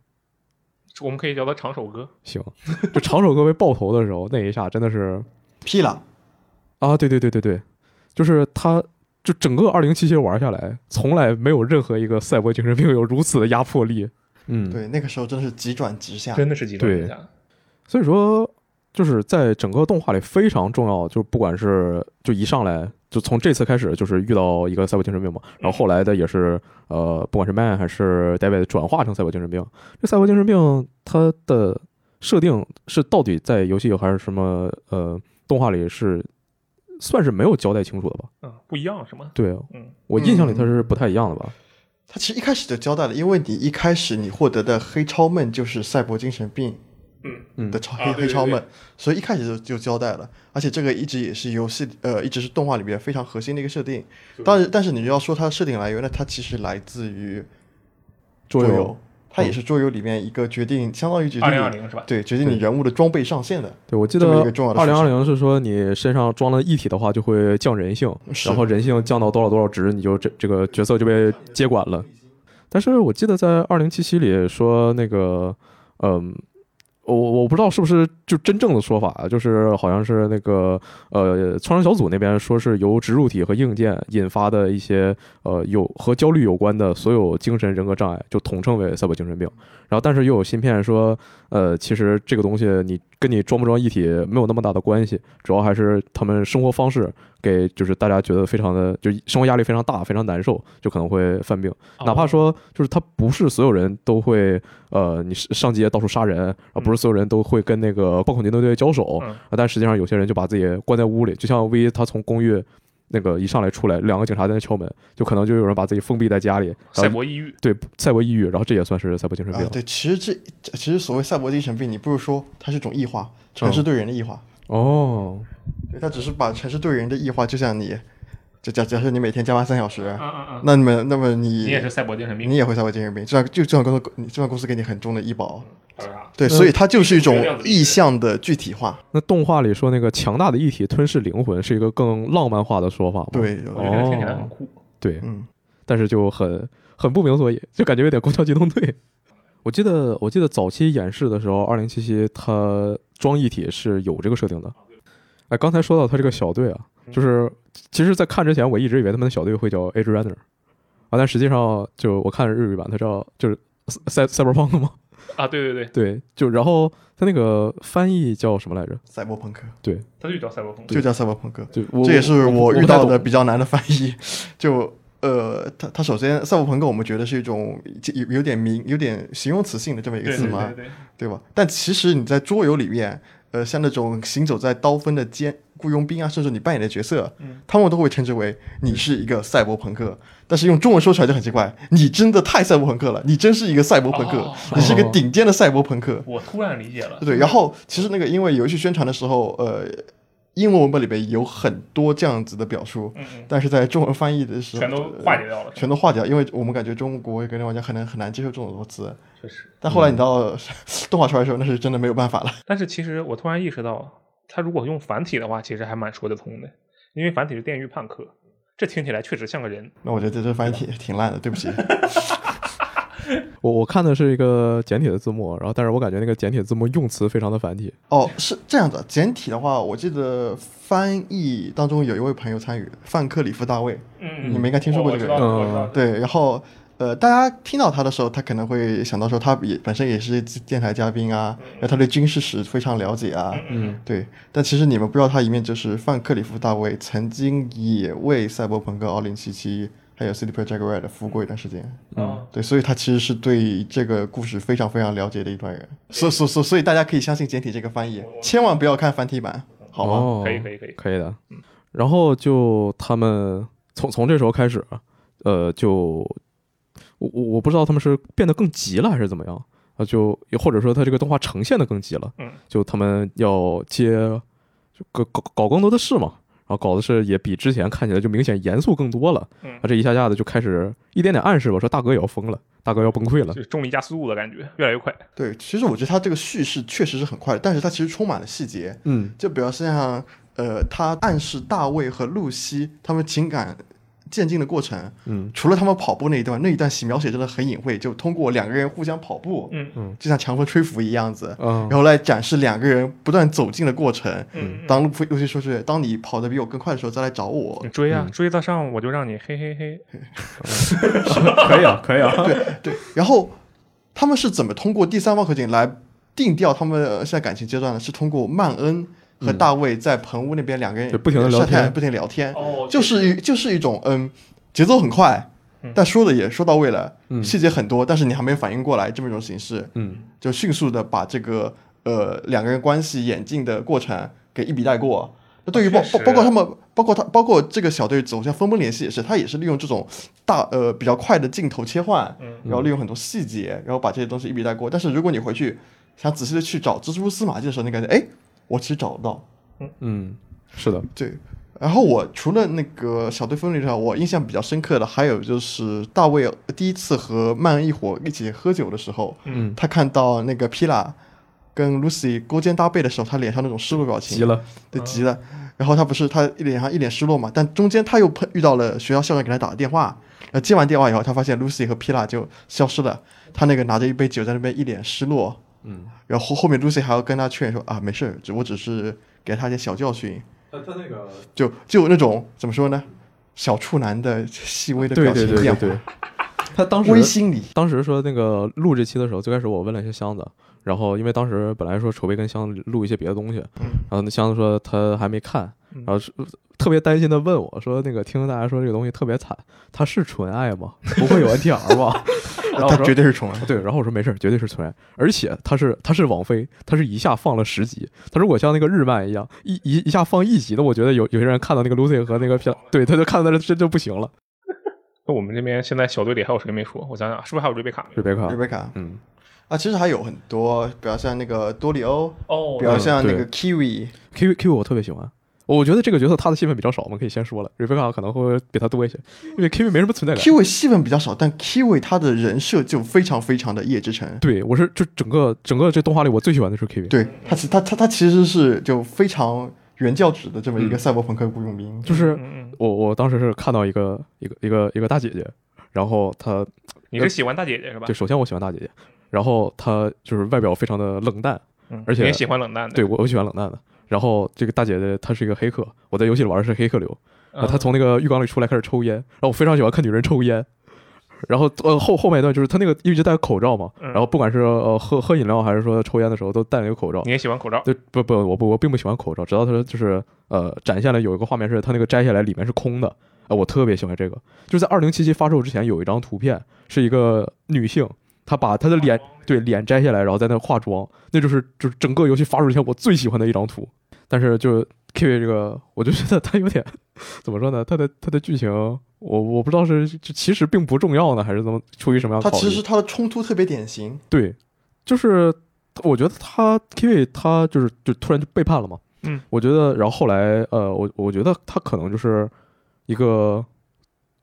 我们可以叫他长手哥。
行，就长手哥被爆头的时候，那一下真的是
屁了，
啊，对对对对对，就是他，就整个二零七七玩下来，从来没有任何一个赛博精神病有如此的压迫力。嗯，
对，那个时候真是急转直下。
真的是极端
对
一下。
所以说，就是在整个动画里非常重要，就是不管是就一上来就从这次开始就是遇到一个赛博精神病嘛，然后后来的也是呃，不管是 Man 还是 David 转化成赛博精神病，这赛博精神病它的设定是到底在游戏还是什么呃动画里是算是没有交代清楚的吧？
嗯，不一样是吗？
对
嗯，
我印象里它是不太一样的吧？
他其实一开始就交代了，因为你一开始你获得的黑超梦就是赛博精神病
嗯
的超
啊对
黑
对
黑超梦
对，
所以一开始就就交代了，而且这个一直也是游戏呃一直是动画里边非常核心的一个设定。但是但是你要说它的设定来源，那它其实来自于
桌游嗯
游，它也是桌游里面一个决定，相当于决定
二
你
零二零是吧？
对决定你人物的装备上限的。
对，我记得
这么一个重要的
二
事
零
情
二零是说你身上装了一体的话就会降人性，
是
然后人性降到多少多少值，你就这这个角色就被接管了。但是我记得在二零七七里说那个，嗯，我我不知道是不是就真正的说法，就是好像是那个呃，创伤小组那边说是由植入体和硬件引发的一些呃有和焦虑有关的所有精神人格障碍，就统称为赛博精神病。然后但是又有芯片说，呃，其实这个东西你跟你装不装一体没有那么大的关系，主要还是他们生活方式给就是大家觉得非常的就生活压力非常大，非常难受，就可能会犯病。
哦
哪怕说就是他不是所有人都会，呃，你是上街到处杀人啊，不是所有人都会跟那个暴恐军队交手
嗯
啊，但实际上有些人就把自己关在屋里，就像 V 他从公寓那个一上来出来，两个警察在那敲门，就可能就有人把自己封闭在家里，
赛
然后
博抑郁，
对赛博抑郁，然后这也算是赛博精神
啊
病，，
对，其实这这其实所谓赛博精神病，你不如说它是一种异化，城
嗯
市对人的异化。
哦，
对，它只是把城市对人的异化，就像你，就假假设你每天加班三小时，
嗯嗯嗯，
那么那么你
你也是赛博精神病
你，也会成为精神病，就像就就像公司就像公司给你很重的医保，
是吧？
嗯
对，所以它就是一种
这个样子
意象的具体化。
那动画里说那个强大的一体吞噬灵魂是一个更浪漫化的说法吗？
对，
我
哦
觉得听起来很酷。
对，
嗯，
但是就很很不明所以，就感觉有点《宫壳机动队》。我记得我记得早期演示的时候，二零七七它装一体是有这个设定的。哎，刚才说到他这个小队啊，就是其实，在看之前我一直以为他们的小队会叫 Age Runner 啊，但实际上就我看日语版，它叫就是赛赛博朋克嘛，
哦
啊，对对对，
对，就然后它那个翻译叫什么来着？
赛博朋克
他就叫赛博朋克。
就叫赛博朋克，
对，我
这也是
我
我
不
遇
太
到
懂
的比较难的翻译。 就呃，它它首先赛博朋克，我们觉得是一种有有点名有点形容词性的这么一个
对
字
对
嘛
对，对，
对吧？但其实你在桌游里面，呃，像那种行走在刀锋的尖雇佣兵啊，甚至你扮演的角色，
嗯
他们都会称之为你是一个赛博朋克。但是用中文说出来就很奇怪，你真的太赛博朋克了，你真是一个赛博朋克，
哦
你是一个顶尖的赛博朋克。
我突然理解了。
对，然后其实那个因为游戏宣传的时候，呃，英文文本里边有很多这样子的表述，
嗯嗯，
但是在中文翻译的时候
全都化解掉了，
全都化解了，因为我们感觉中国跟玩家很难很难接受这种多词。
确实。
但后来你到、 动画出来的时候，那是真的没有办法了。
但是其实我突然意识到，他如果用繁体的话，其实还蛮说得通的，因为繁体是电狱判客，这听起来确实像个人。
那我觉得这这翻译挺挺烂的，对不起。
我我看的是一个简体的字幕，然后但是我感觉那个简体字幕用词非常的繁体，
哦，是这样的，简体的话，我记得翻译当中有一位朋友参与，范克里夫大卫，
嗯
你们应该听说过这个
我
人
知
嗯
道我知道，
对，然后呃，大家听到他的时候，他可能会想到说他也本身也是电台嘉宾啊，然后他对军事史非常了解啊，
嗯，
对，但其实你们不知道他一面就是范克里夫大卫曾经也为赛博朋克二零七七还有 CD Projekt Red 服务过一段时间，
嗯，
对，所以他其实是对这个故事非常非常了解的一段人，所所所所以大家可以相信简体这个翻译，千万不要看繁体版，好吗？
哦
可以可嗯以可以，
可以的。然后就他们从从这时候开始，呃，就我我我不知道他们是变得更急了还是怎么样啊，就或者说他这个动画呈现的更急了，
嗯，
就他们要接就搞搞搞更多的事嘛，然后搞的是也比之前看起来就明显严肃更多了，
嗯
啊，这一下下的就开始一点点暗示吧，说大哥也要疯了，大哥要崩溃了
就，是重力加速度的感觉，越来越快。
对，其实我觉得他这个叙事确实是很快的，但是他其实充满了细节，
嗯
就比如像呃，他暗示大卫和露西他们情感渐进的过程，
嗯，
除了他们跑步那一段，那一段写描写真的很隐晦，就通过两个人互相跑步，
嗯
嗯，
就像强风吹拂一样子，
啊
然，后来展示两个人不断走近的过程。
嗯，
当露露西说是当你跑得比我更快的时候再来找我
你，追啊，
嗯
追得上我就让你嘿嘿嘿。
可以 啊，可以啊，
对，然后他们是怎么通过第三方口径来定调他们呃现在感情阶段呢？是通过曼恩和大卫在棚屋那边两个人
嗯对不停地聊
晒太阳
天
不停地聊天，
哦
就是一就是一种嗯，节奏很快
嗯，
但说的也说到位了，
嗯
细节很多，但是你还没有反应过来这么一种形式，
嗯
就迅速的把这个呃两个人关系演进的过程给一笔带过。那对于包
啊确实
包包括他们，包括他，包括这个小队走向分崩离析也是，他也是利用这种大呃比较快的镜头切换，
嗯
然后利用很多细节，然后把这些东西一笔带过。但是如果你回去想仔细的去找蜘蛛丝马迹的时候，你感觉哎，我其实找得到，
嗯，是的，
对，然后我除了那个小队分离之外，我印象比较深刻的还有就是大卫第一次和曼恩一伙一起喝酒的时候，
嗯
他看到那个皮拉跟 Lucy 勾肩搭背的时候，他脸上那种失落表情，
急，了，
对，急了。然后他不是他一脸上一脸失落嘛，但中间他又碰遇到了学校校长给他打的电话，然后接完电话以后，他发现 Lucy 和皮拉就消失了，他那个拿着一杯酒在那边一脸失落，
嗯，
然后后面 Lucy 还要跟他劝说啊，没事儿，只我只是给他一点小教训，
他他那个
就就那种怎么说呢，小处男的细微的
对
表
对
情
对
变
对
化，
对，他当时
微心理，
当时说那个录这期的时候，最开始我问了一些箱子，然后因为当时本来说筹备跟箱子录一些别的东西，然后那箱子说他还没看，然后是特别担心的问我说那个听大家说这个东西特别惨，它是纯爱吗？不会有 NTR 吧？然后我
他
说
绝对是宠爱。
啊对，然后我说没事儿，绝对是纯爱，而且它是它是网飞，它是一下放了十集，它如果像那个日漫一样一一一下放一集的，我觉得有有些人看到那个 Lucy 和那个片，对他就看到那真就不行了，
那我们这边现在小队里还有谁没说？我想想，是不是还有瑞贝卡？
瑞贝卡，
瑞贝卡
嗯，
啊，其实还有很多，比如像那个多里欧，
哦
比如像那个
嗯
Kiwi，
Q Q 我特别喜欢，我觉得这个角色他的戏份比较少，我们可以先说了。Rebecca 可能会比他多一些，因为 Q 没什么存在感。
Kiwi 戏份比较少，但 Kiwi 他的人设就非常非常的夜之城。
对我是就整个整个这动画里我最喜欢的是 Q，
对他，其他他他其实是就非常原教旨的这么一
嗯
个赛博朋克雇佣兵。
就是
嗯嗯，
我我当时是看到一个一个一个一个大姐姐，然后她
你是喜欢大姐姐是吧
对？首先我喜欢大姐姐，然后她就是外表非常的冷淡，
嗯
而且
你也喜欢冷淡的。
对我我喜欢冷淡的。然后这个大姐姐她是一个黑客，我在游戏里玩的是黑客流，然后
嗯
她啊从那个浴缸里出来开始抽烟，然后我非常喜欢看女人抽烟。然后呃后后面一段就是她那个一直戴口罩嘛，
嗯
然后不管是呃喝喝饮料还是说抽烟的时候都戴那个口罩
你。也喜欢口罩。
对，不不，我不我并不喜欢口罩，直到她就是呃展现了有一个画面是她那个摘下来里面是空的，呃我特别喜欢这个，就是在二零七七发售之前有一张图片是一个女性，她把她的脸对脸摘下来，然后在那化妆，那就是就是整个游戏发售之前我最喜欢的一张图。但是就是 Kiwi 这个，我就觉得它有点 怎么说呢？它的它的剧情，我我不知道是就其实并不重要呢，还是怎么出于什么样
他
的考
其
虑？
实他的冲突特别典型，
对，就是我觉得他 Kiwi 他就是就突然就背叛了嘛。
嗯，
我觉得，然后后来呃，我我觉得他可能就是一个。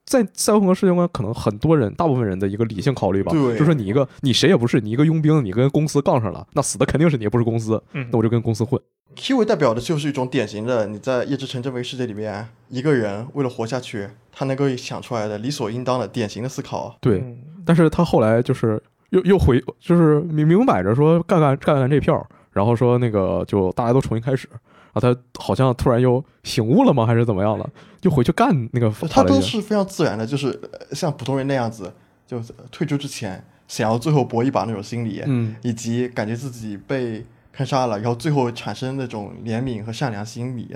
在赛博朋克世界观，可能很多人、大部分人的一个理性考虑吧，
对
就是你一个你谁也不是，你一个佣兵，你跟公司杠上了，那死的肯定是你，不是公司，
嗯
那我就跟公司混。
Kiwi 代表的就是一种典型的你在夜之城这么一个世界里面，一个人为了活下去，他能够想出来的理所应当的典型的思考。
对，
嗯
但是他后来就是又又回，就是明明摆着说干干干干这票，然后说那个就大家都重新开始，然后他好像突然又醒悟了吗，还是怎么样了，就回去干那个法
他
律
都是非常自然的，就是呃像普通人那样子，就是呃退出之前想要最后搏一把那种心理，
嗯
以及感觉自己被坑杀了，然后最后产生那种怜悯和善良心理，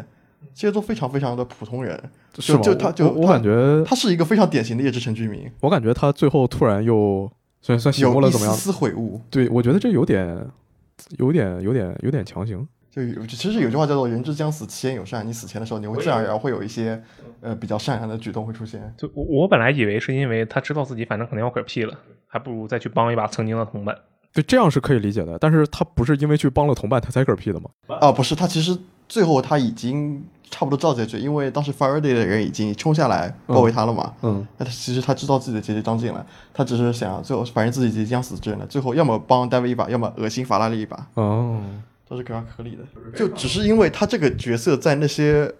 这些都非常非常的普通人。
是吗？
就他就
我我感觉
他是一个非常典型的夜之城居民，
我感觉他最后突然又算算醒悟
有
了
一
怎么
丝
样？
丝悔悟。
对，我觉得这有点有点有点有点强行。
就有其实有句话叫做“人之将死，其言有善”。你死前的时候，你会自然而然会有一些呃比较善良的举动会出现。
就我我本来以为是因为他知道自己反正可能要嗝屁了，还不如再去帮一把曾经的同伴。
对，这样是可以理解的，但是他不是因为去帮了同伴他才嗝屁的吗？
啊，不是，他其实最后他已经差不多知道结局，因为当时 Faraday 的人已经冲下来包围他了嘛。
嗯，
那、他其实他知道自己的结局当尽了，他只是想最后反正自己即将死之人了，最后要么帮 David 一把，要么恶心法拉利一把，
哦，
都是非常合理的。就只是因为他这个角色在那些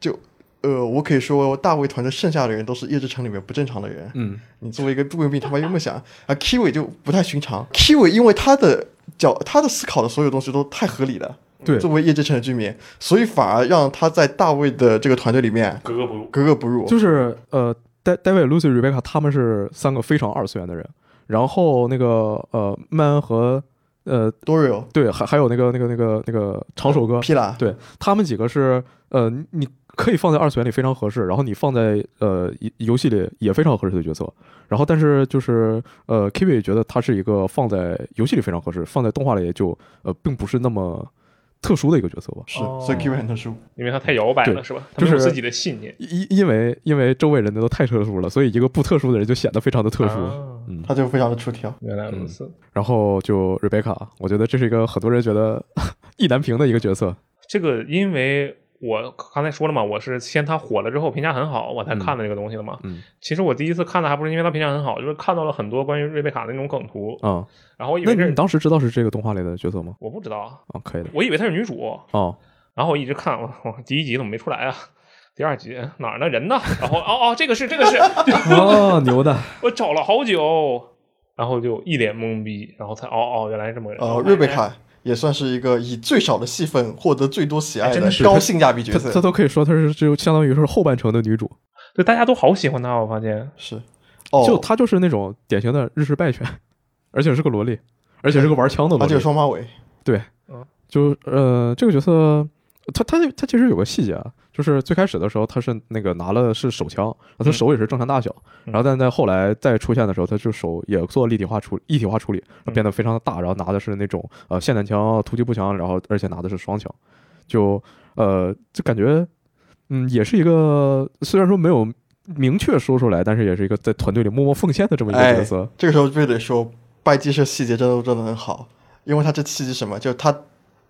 就呃，我可以说大卫团的剩下的人都是夜之城里面不正常的人。
嗯，
你作为一个雇佣兵，他妈又梦想啊，Kiwi 就不太寻常。Kiwi 因为他的角，他的思考的所有东西都太合理了。
对
作为夜之城的居民，所以反而让他在大卫的这个团队里面
格格不入。
格格不入。
就是呃，Da-，David、Lucy、Rebecca 他们是三个非常二次元的人，然后那个呃，曼恩和呃，
Dorio、
对，还还有那个那个那个那个长手哥，
皮拉，
对他们几个是呃，你可以放在二次元里非常合适，然后你放在呃游游戏里也非常合适的角色。然后但是就是呃，Kiwi 觉得他是一个放在游戏里非常合适，放在动画里就呃并不是那么特殊的一个角色吧。
是，
哦
所以 Kiwi 很特殊。
因为他太摇摆了，
对
是吧？他
就
没有
是
自己的信念，
因因为因为周围人都太特殊了，所以一个不特殊的人就显得非常的特殊。
啊
嗯，
他就非常的出挑，
原来如此。
然后就 Rebecca，我觉得这是一个很多人觉得 意难平的一个角色。
这个因为我刚才说了嘛，我是先他火了之后评价很好，我才看的这个东西的嘛。
嗯
其实我第一次看的还不是因为他评价很好，就是看到了很多关于瑞贝卡的那种梗图，
啊、
然后我以
那
为这
你
是
当时知道是这个动画里的角色吗？
我不知道啊，
啊，可以的。
我以为她是女主，
哦，
然后我一直看，我我第一集怎么没出来啊？第二集哪儿呢？人呢？然后哦哦，这个是这个是，
哦，牛的。
我找了好久，然后就一脸懵逼，然后才哦哦，原来是这么个人。哎
呃，瑞贝卡也算是一个以最少的戏份获得最多喜爱
哎真
的
的是
高性价比角
他他
色。
都可以说他是就相当于是后半程的女主，
对，大家都好喜欢她，我发现。
是，哦，
就她就是那种典型的日式败犬，而且是个萝莉，而且是个玩枪的萝
而且有
莉。
双马尾，
就呃，这个角色，他他他其实有个细节啊，就是最开始的时候他是那个拿了是手枪，然后他手也是正常大小，
嗯
然后但在后来再出现的时候，他就手也做立体化处一体化处理，
嗯
变得非常的大，然后拿的是那种呃霰弹枪、突击步枪，然后而且拿的是双枪，就呃就感觉嗯也是一个虽然说没有明确说出来，但是也是一个在团队里默默奉献的这么一个
哎
角色，
这个时候就得说，拜基社细节真的真的很好，因为他这契机什么，就是他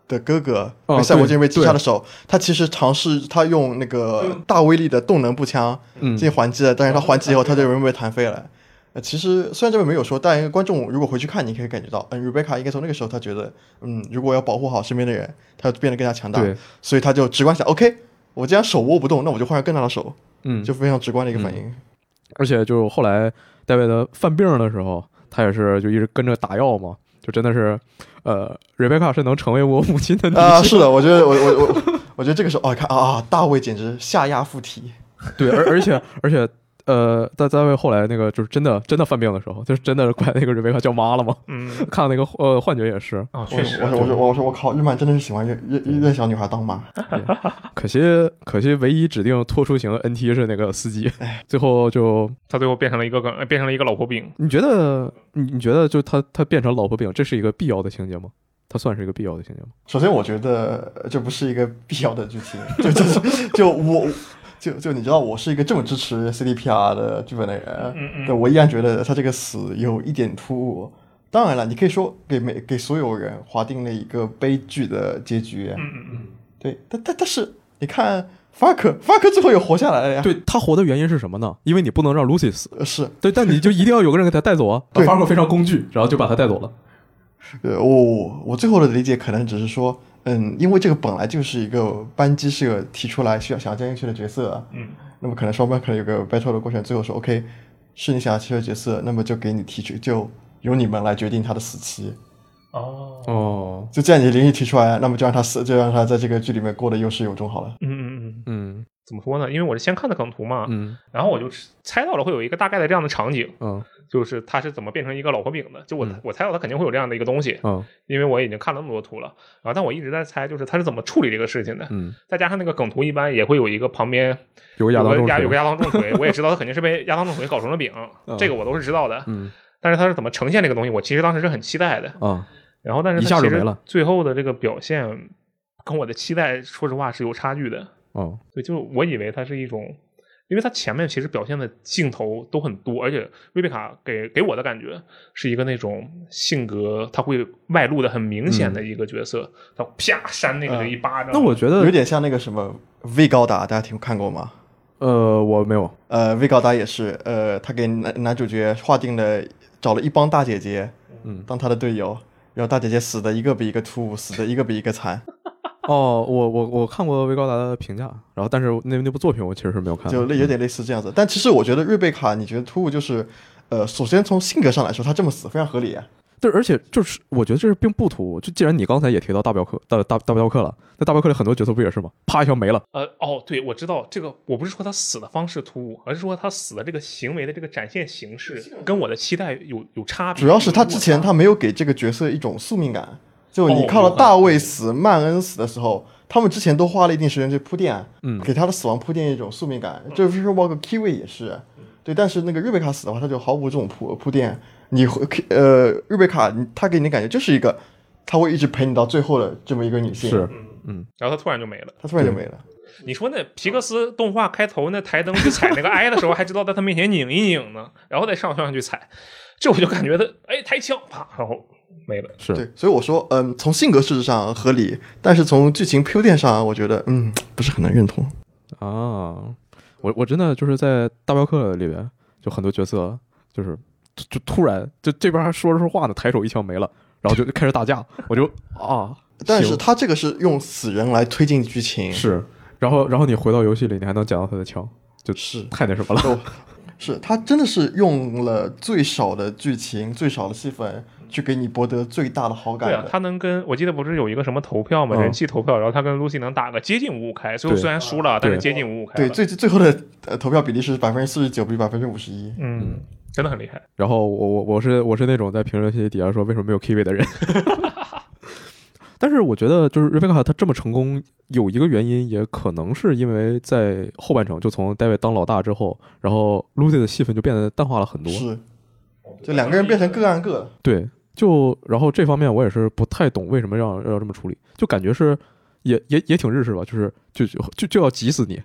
的哥哥
哦
被赛博
对
军被击杀的时候，他其实尝试他用那个大威力的动能步枪
嗯
进行还击的，但是他还击以后，他就人被弹飞了。呃，其实虽然这边没有说，但观众如果回去看，你可以感觉到，嗯，Rebecca 应该从那个时候，他觉得，嗯，如果要保护好身边的人，他要变得更加强大，
对，
所以他就直观想，OK，我既然手握不动，那我就换上更大的手，
嗯，
就非常直观的一个反应。
而且就后来戴维德犯病的时候，他也是就一直跟着打药嘛，就真的是，呃，瑞贝卡是能成为我母 亲的女
啊，
性，
是的，我觉得我我我我觉得这个时候啊，看啊，啊大卫简直下压附体，
对，而而且而且呃，在在为后来那个就是真的真的犯病的时候，就是真的管那个瑞贝卡叫妈了嘛，
嗯，
看那个呃幻觉也是，
啊、
我
确实
我，说我说我说我靠，日漫真的是喜欢认认认小女孩当妈，
可惜可惜唯一指定拖出行 NT 是那个司机，最后就
他最后变成了一个梗，呃变成了一个老婆饼。
你觉得你你觉得就他他变成老婆饼，这是一个必要的情节吗？它算是一个必要的情节吗？
首先，我觉得呃这不是一个必要的剧情，就就是就我就就你知道，我是一个这么支持 CDPR 的剧本的人，
嗯嗯
对我依然觉得他这个死有一点突兀。当然了，你可以说给每给所有人划定了一个悲剧的结局，
嗯嗯嗯，
对，但但但是你看法尔克，法尔克最后也活下来了呀，
对他活的原因是什么呢？因为你不能让 Lucy 死，
呃是
对，但你就一定要有个人给他带走啊。
对
法尔克非常工具，然后就把他带走了。
呃，我我最后的理解可能只是说，嗯，因为这个本来就是一个班机社提出来需要想要加进去的角色，
嗯，
那么可能双方可能有个 battle 的过程，最后说 OK，是你想要切入角色，那么就给你提出，就由你们来决定他的死期。
哦，
哦，
就既然你灵异提出来，那么就让他死，就让他在这个剧里面过得有始有终好了。
嗯嗯嗯，
嗯
怎么说呢？因为我是先看的梗图嘛，
嗯
然后我就猜到了会有一个大概的这样的场景，
嗯
就是它是怎么变成一个老婆饼的。就我、
嗯
我猜到它肯定会有这样的一个东西，
嗯
因为我已经看了那么多图了。然后但我一直在猜，就是它是怎么处理这个事情的。
嗯，
再加上那个梗图一般也会有一个旁边
有个
有
亚当
个
中
压有个
学，
压当重 锤，我也知道他肯定是被压当重锤搞成了饼，这个我都是知道的。
嗯
但是他是怎么呈现这个东西，我其实当时是很期待的。
啊
然后，但是
一
它
下就
其实
没了
最后的这个表现跟我的期待，说实话是有差距的。
哦
对，就我以为它是一种，因为它前面其实表现的镜头都很多，而且瑞贝卡给给我的感觉是一个那种性格他会外露的很明显的一个角色，他啪扇那个人一巴掌。
那我觉得
有点嗯像那个什么 V 高达，大家听看过吗？
呃我没有
呃，V 高达也是，呃，他给男男主角划定了，找了一帮大姐姐，
嗯
当他的队友，然后大姐姐死的一个比一个突兀，死的一个比一个惨，
哦，我我我看过维高达的评价，然后但是那那部作品我其实是没有看的，
就类有点类似这样子。但其实我觉得瑞贝卡，你觉得突兀就是，呃，首先从性格上来说，他这么死非常合理啊。
对，而且就是我觉得这是并不突兀。就既然你刚才也提到大镖客、呃大大大镖客了，那大镖客里很多角色不也是吗？啪一下没了。
呃，哦，对，我知道这个，我不是说他死的方式突兀，而是说他死的这个行为的这个展现形式跟我的期待有有差别。
主要是他
有落
之前
差
他没有给这个角色一种宿命感，就你
哦
看到
有
大卫死、曼恩死的时候，他们之前都花了一定时间去铺垫，
嗯
给他的死亡铺垫一种宿命感。就是说，包括 Kiwi 也是，对，但是那个瑞贝卡死的话，他就毫无这种铺铺垫。你会呃，瑞贝卡，你他给你的感觉就是一个，他会一直陪你到最后的这么一个女性，
是，
然后他突然就没了。
他突然就没了。
你说那皮克斯动画开头那台灯去踩那个 I 的时候，还知道在他面前拧一拧呢，然后再上上去踩，这我就感觉他哎抬枪啪，然后没了。
是
对，所以我说，嗯，从性格事实上合理，但是从剧情铺垫上，我觉得嗯不是很能认同。
啊，我我真的就是在大镖客里边，就很多角色就是就就突然就这边还说着说话呢，抬手一枪没了，然后就开始打架，我就 啊，
但是
行
他这个是用死人来推进剧情，
是，然后然后你回到游戏里，你还能捡到他的枪，
是
太那什 么了。
哦，是他真的是用了最少的剧情、最少的戏份，去给你博得最大的好感
对啊，
的。
他能跟我记得不是有一个什么投票嘛，
嗯
人气投票，然后他跟 Lucy 能打个接近五五开，最后
对
虽然输了，但是
对
接近五五开
对，
了。
最最后的呃投票比例是百分之四十九比百分之五十一。
嗯，真的很厉害。
然后我我我是我是那种在评论区底下说为什么没有 Kiwi 的人。 但是我觉得，就是 Rebecca 她这么成功，有一个原因，也可能是因为在后半程，就从 David 当老大之后，然后 Lucy 的戏份就变得淡化了很多。
是，就两个人变成各干各了。
对，就然后这方面我也是不太懂为什么让要这么处理，就感觉是也也也挺日式吧，就是就就就就要急死你，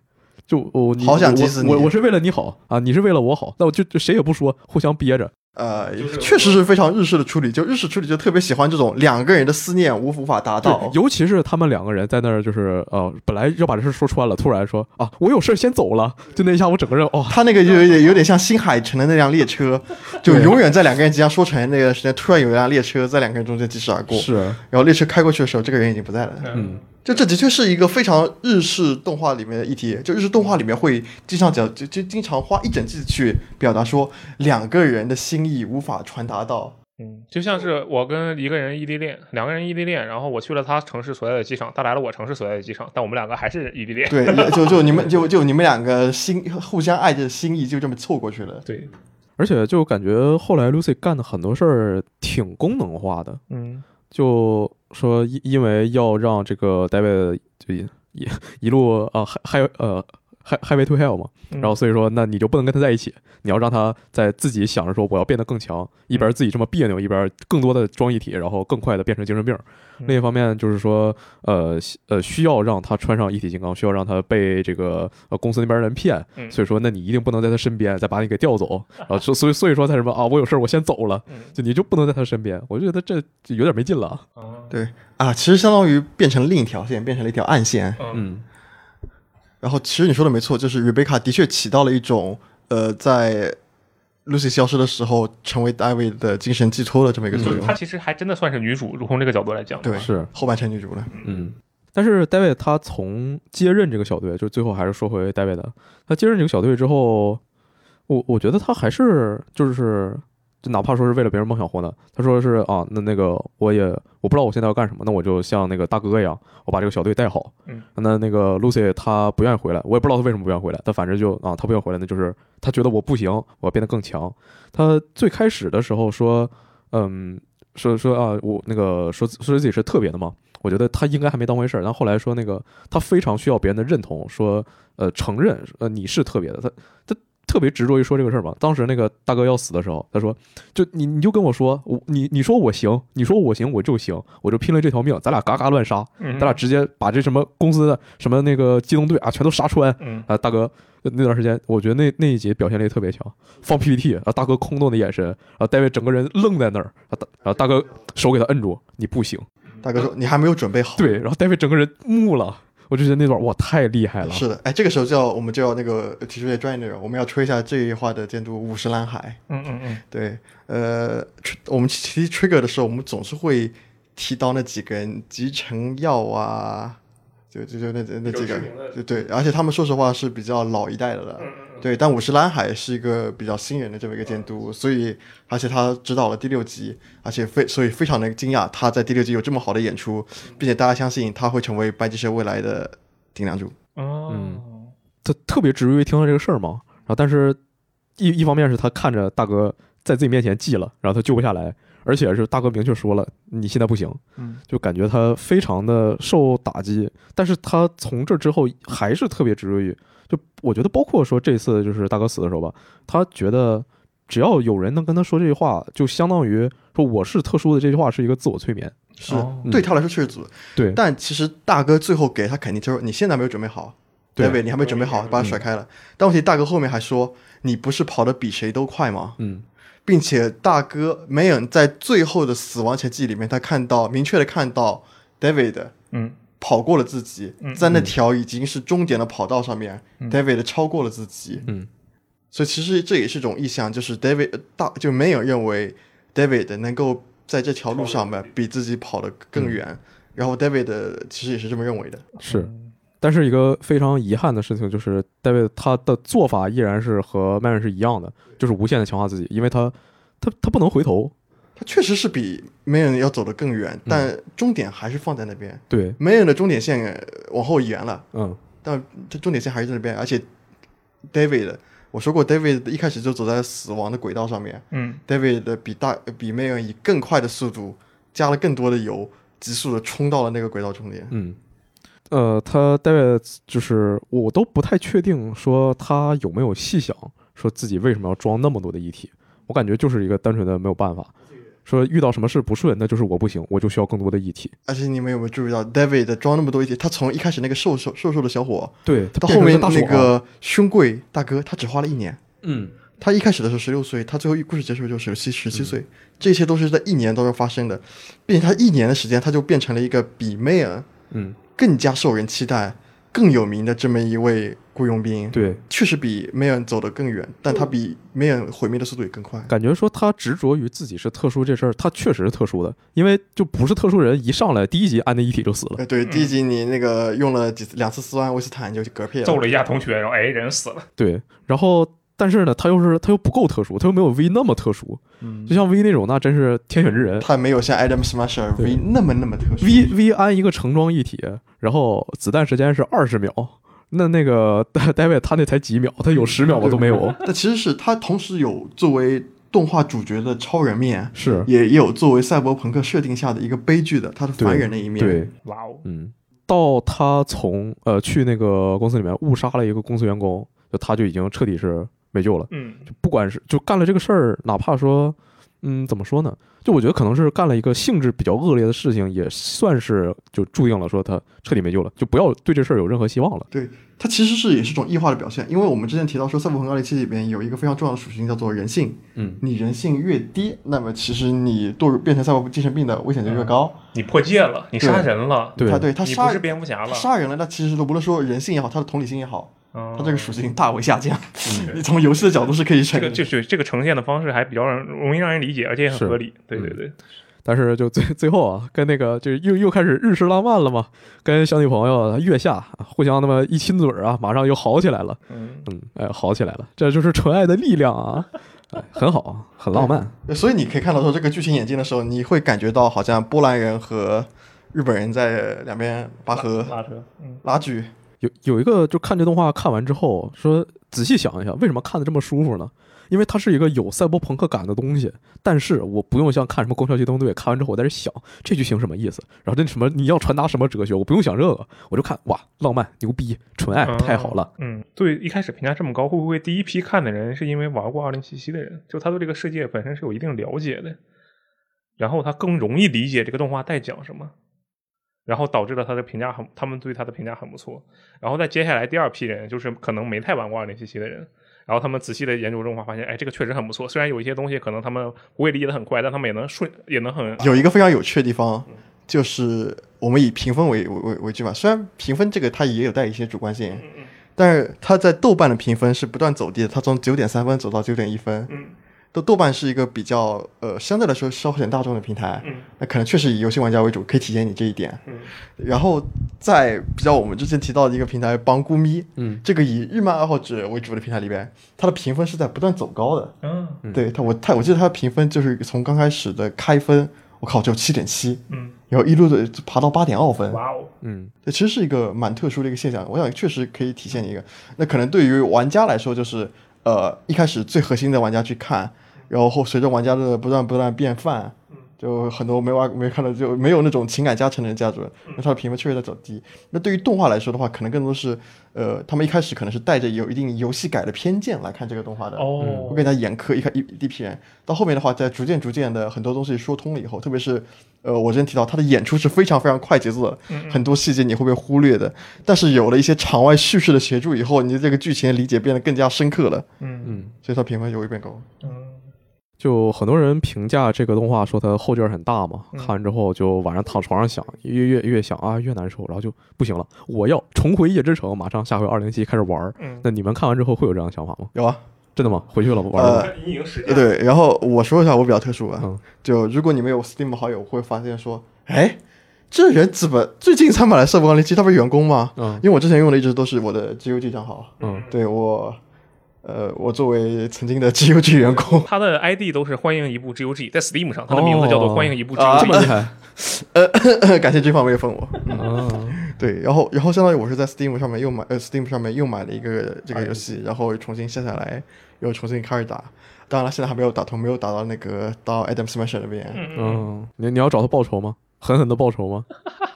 就我、你
好想急死你
我我我是为了你好啊，你是为了我好，那我就就谁也不说，互相憋着。
呃
是，
确实是非常日式的处理，就日式处理就特别喜欢这种两个人的思念无无法达
对
到，。
尤其是他们两个人在那儿，就是呃，本来要把这事说穿了，突然说啊，我有事儿先走了，就那一下，我整个人哇、
他那个就有点有点像新海诚的那辆列车，就永远在两个人即将说成那个时间，突然有一辆列车在两个人中间疾驶而过，
是
然后列车开过去的时候，这个人已经不在了。
嗯，
就这的确是一个非常日式动画里面的议题，就日式动画里面会经常讲，就就经常花一整季去表达说两个人的心意无法传达到。
嗯，就像是我跟一个人异地恋，两个人异地恋，然后我去了他城市所在的机场，他来了我城市所在的机场，但我们两个还是异地恋。
对，也就就你们就就你们两个心互相爱着心意就这么凑过去了。
对，
而且就感觉后来 Lucy 干的很多事儿挺功能化的，
嗯，
就说因因为要让这个 David 就一一一路啊还还有呃。还还 to hell 嘛，
嗯
然后所以说，那你就不能跟他在一起，你要让他在自己想着说我要变得更强，一边自己这么别扭，一边更多的装一体，然后更快的变成精神病。
嗯
另一方面就是说，呃需呃，需要让他穿上一体金刚，需要让他被这个呃公司那边人骗，
嗯
所以说，那你一定不能在他身边再把你给调走啊。所所以所以说他什么啊，我有事儿我先走了
嗯，
就你就不能在他身边，我就觉得这就有点没劲了啊。
啊，
对啊，其实相当于变成另一条线，变成了一条暗线。
嗯
嗯，
然后其实你说的没错，就是 Rebecca 的确起到了一种呃，在 Lucy 消失的时候成为 David 的精神寄托的这么一个作
就是
用。
她其实还真的算是女主，如从这个角度来讲的话，
嗯对，
是
后半程女主了。
嗯。但是 David 他从接任这个小队，就最后还是说回 David 的，他接任这个小队之后，我我觉得他还是就是，就哪怕说是为了别人梦想活呢，他说是啊，那那个我也我不知道我现在要干什么，那我就像那个大哥一样，我把这个小队带好。
嗯，
那那个 Lucy 她不愿意回来，我也不知道她为什么不愿意回来，但反正就啊，她不愿意回来，那就是她觉得我不行，我要变得更强。她最开始的时候说，嗯，说说啊，我那个说说自己是特别的嘛。我觉得她应该还没当回事儿，但后来说那个她非常需要别人的认同，说呃承认呃你是特别的，她她特别执着于说这个事儿嘛。当时那个大哥要死的时候，他说就你你就跟我说，我你你说我行，你说我行我就行，我就拼了这条命，咱俩嘎嘎乱杀，
嗯，
咱俩直接把这什么公司的什么那个机动队啊全都杀穿。
嗯，
啊，大哥，那段时间我觉得那那一集表现力特别强，放 PPT 啊，大哥空洞的眼神，啊，戴维整个人愣在那儿，啊，大，然后大哥手给他摁住，你不行，
大哥说你还没有准备
嗯
好。
对，然后戴维整个人木了，我就觉得那段哇太厉害了，
是的，哎，这个时候就要我们就要那个提出一些专业内容，我们要吹一下这一话的监督五十岚海。
嗯嗯嗯，
对，呃，吹我们提 trigger 的时候，我们总是会提到那几个人，集成药啊，就就就那那几
有知
个
名的，嗯
对对，而且他们说实话是比较老一代的了。对，但五十岚海是一个比较新人的这么一个监
嗯
督，所以而且他指导了第六集，而且非所以非常的惊讶，他在第六集有这么好的演出，
嗯
并且大家相信他会成为白吉社未来的顶梁柱。
哦，
嗯
他特别执着于听到这个事儿嘛，然后但是一一方面是他看着大哥在自己面前记了，然后他救不下来，而且是大哥明确说了你现在不行，
嗯，
就感觉他非常的受打击，但是他从这之后还是特别执着于，就我觉得包括说这次就是大哥死的时候吧，他觉得只要有人能跟他说这句话，就相当于说我是特殊的这句话是一个自我催眠，
是、
哦
对他来说确实足，
对
但其实大哥最后给他肯定就是你现在没有准备好，
对
David，你还没准备好，把他甩开了。但问题大哥后面还说你不是跑得比谁都快吗？
嗯，
并且大哥梅恩在最后的死亡前记里面，他看到明确的看到 David
嗯
跑过了自己，
嗯
在那条已经是终点的跑道上面、d a v i d 超过了自己。
嗯，
所以其实这也是一种意向，就是 David 呃大就没有认为 David 能够在这条路上面比自己跑得更远。然后 David 其实也是这么认为的，
是。
嗯
但是一个非常遗憾的事情就是，戴维他的做法依然是和迈恩是一样的，就是无限的强化自己，因为他他他不能回头。
他确实是比 Mayon 要走得更远，但终点还是放在那边。
对，
Mayon 的终点线呃往后延了，
嗯，
但这终点线还是在那边。而且 David，我说过 David 一开始就走在死亡的轨道上面
嗯
，David 比大比 Mayon 以更快的速度加了更多的油，急速的冲到了那个轨道终点。
嗯，呃，他 David 就是我都不太确定说他有没有细想说自己为什么要装那么多的议题，我感觉就是一个单纯的没有办法，说遇到什么事不顺，那就是我不行，我就需要更多的议题。
而且你们有没有注意到，David 装那么多一体，他从一开始那个瘦瘦瘦瘦的小伙，
对他
到
变
后
成
面
大
那
爽
个胸贵大哥，他只花了一年。
嗯
他一开始的时候十六岁，他最后一故事结束的时候十七十七岁，这些都是在一年当中发生的，并且他一年的时间，他就变成了一个比梅尔
嗯
更加受人期待、更有名的这么一位雇佣兵。，
对，
确实比梅尔走得更远，但他比梅尔毁灭的速度也更快。
感觉说他执着于自己是特殊这事儿，他确实是特殊的，因为就不是特殊人一上来第一集安的一体就死了。
呃，对，第一集你那个用了几次两次斯万威斯坦就嗝屁了，
揍了一下同学，然后哎，人死了，
对，然后但是呢，他又是他又不够特殊，他又没有 V 那么特殊，
嗯
就像 V 那种那真是天选之人。
他没有像 Adam Smasher
对
V 那么那么特殊。
V V 安一个成装一体，然后子弹时间是二十秒，那那个 David 他那才几秒，他有十秒吧都没有。
但其实是他同时有作为动画主角的超人面，
是，
也也有作为赛博朋克设定下的一个悲剧的他的凡人的一面。
对，
哇哦，
嗯，到他从呃去那个公司里面误杀了一个公司员工，就他就已经彻底是没救了。
嗯
就不管是就干了这个事儿，哪怕说，嗯，怎么说呢？就我觉得可能是干了一个性质比较恶劣的事情，也算是就注定了说他彻底没救了，就不要对这事儿有任何希望了。
对，它其实是也是一种异化的表现，因为我们之前提到说，《赛博朋克2077》里边有一个非常重要的属性叫做人性。
嗯，
你人性越低，那么其实你堕入变成赛博精神病的危险就越高。
你破戒了，你杀人了，
对
他对他
你不
杀
是蝙蝠侠
他
了，
杀人了，那其实无论说人性也好，他的同理心也好，
他
他这个属性大为下降。你从游戏的角度是可以
嗯这
承
个
认。
就是这个呈现的方式还比较让容易让人理解，而且也很
是
合理。对对对，
但是就最最后啊，跟那个就是又又开始日式浪漫了嘛，跟小女朋友啊月下互相那么一亲嘴儿啊，马上又好起来了，
嗯，
嗯，哎，好起来了，这就是纯爱的力量啊，哎，很好，很浪漫，
所以你可以看到说这个剧情演进的时候，你会感觉到好像波兰人和日本人在两边拔河
拉车，嗯，
拉锯，
有有一个就看这动画看完之后说，仔细想一下，为什么看的这么舒服呢？因为它是一个有赛博朋克感的东西，但是我不用像看什么《攻壳机动队》，看完之后我在这想这剧情什么意思，然后这什么你要传达什么哲学，我不用想这个，我就看哇，浪漫牛逼，纯爱太好了。
嗯，对，一开始评价这么高，会不会第一批看的人是因为玩过《二零七七》的人，就他对这个世界本身是有一定了解的，然后他更容易理解这个动画在讲什么，然后导致了他的评价很，他们对他的评价很不错。然后再接下来第二批人，就是可能没太玩过《二零七七》的人，然后他们仔细的研究动画，发现，哎，这个确实很不错。虽然有一些东西可能他们不会理解的很快，但他们也能顺，也能很
有一个非常有趣的地方，就是我们以评分为为为为据嘛，虽然评分这个它也有带一些主观性，但是它在豆瓣的评分是不断走低的，它从九点三分走到九点一分。
嗯
都豆瓣是一个比较呃相对来说稍显大众的平台，
嗯
那可能确实以游戏玩家为主，可以体现你这一点。
嗯
然后在比较我们之前提到的一个平台帮咕咪，
嗯，
这个以日漫爱好者为主的平台里边，它的评分是在不断走高的。
嗯
对它，我它我记得它的评分就是从刚开始的开分，我靠，只有七点七，
嗯，
然后一路的爬到八点二分，
哇哦，
嗯，
这其实是一个蛮特殊的一个现象。我想确实可以体现一个，那可能对于玩家来说就是，呃，一开始最核心的玩家去看，然后后随着玩家的不断不断变泛，就很多没玩没看到就没有那种情感加成的价值，那它的评分确实在走低。那对于动画来说的话，可能更多是，呃，他们一开始可能是带着有一定游戏改的偏见来看这个动画的。
哦
会，更加严苛，一开一一批人，到后面的话，在逐渐逐渐的很多东西说通了以后，特别是，呃，我之前提到他的演出是非常非常快节奏的，很多细节你会被忽略的，但是有了一些场外叙事的协助以后，你对这个剧情的理解变得更加深刻了，
嗯
所以它评分就会变高。
嗯
就很多人评价这个动画说它后劲儿很大嘛，
嗯
看完之后就晚上躺床上想，越越越想啊越难受，然后就不行了，我要重回夜之城，马上下回二零七开始玩儿。
嗯，
那你们看完之后会有这样的想法吗？
有啊，
真的吗？回去了玩儿了吗？
呃
阴影使
呃对，然后我说一下我比较特殊啊，
嗯
就如果你们有 Steam 好友，会发现说，哎，这人怎么最近才买了《赛博光零七》，他不是员工吗？
嗯
因为我之前用的一直都是我的 GOG 账号，
嗯
对我，呃，我作为曾经的 GOG 员工，
他的 ID 都是欢迎一部 GOG，在 Steam 上，他的名字叫做
哦
欢迎一部
啊
这么厉
GOG。
害
呃 感谢这方没有分我。
啊！
对，然后然后相当于我是在 Steam 上面又买呃 Steam 上面又买了一个
哎
这个游戏，然后重新下下来，又重新开始打。当然了，现在还没有打通，没有打到那个到 Adam Smasher 那边。啊、
嗯，你你要找他报仇吗？狠狠的报 仇吗？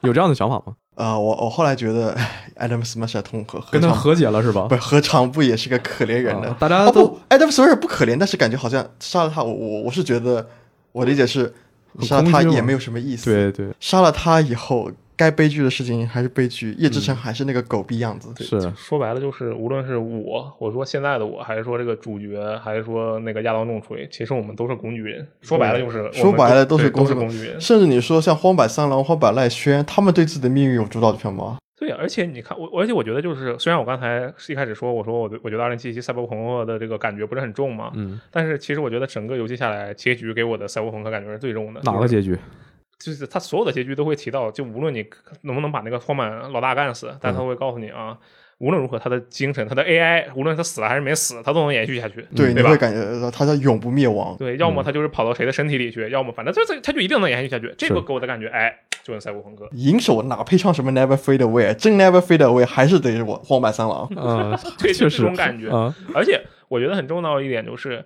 有这样的想法吗？
呃我我后来觉得 唉 Adam Smasher 通何何
跟他
尝
和解了是吧
不？何尝不也是个可怜人呢？
啊大家
啊
都
不，Adam Smasher 不可怜，但是感觉好像杀了他，我我我是觉得我理解是
很
杀了
空
他
虚吗
也没有什么意思。
对对
杀了他以后，该悲剧的事情还是悲剧，叶之城还是那个狗逼样子。对
嗯是，啊
说白了就是，无论是我，我说现在的我，还是说这个主角，还是说那个亚当重锤，其实我们都是工具人。说白了就是我们都，
说白了都
对
是
都
工
是
具
工具人。
甚至你说像荒坂三郎、荒坂赖宣，他们对自己的命运有主导权吗？
对，而且你看，我我而且我觉得就是，虽然我刚才一开始说，我说我对我觉得二零七七赛博朋克的这个感觉不是很重嘛，
嗯，
但是其实我觉得整个游戏下来，结局给我的赛博朋克感觉是最重的。
哪个
就是
结局？
就是他所有的结局都会提到，就无论你能不能把那个荒坂老大干死，
嗯
但他会告诉你啊，无论如何他的精神、他的 AI，无论他死了还是没死，他都能延续下去，
对，你
嗯吧
会？感嗯觉到他叫永不灭亡。
对，要么他就是跑到谁的身体里去，要么反正就是他就一定能延续下去。这个
是
给我的感觉，哎，就跟赛博朋克。
银手哪配上什么 Never Fade Away，真 Never Fade Away 还是得是我荒坂三郎。
嗯
啊，
对
确
就这
实
种感觉
啊，
而且我觉得很重要的一点就是，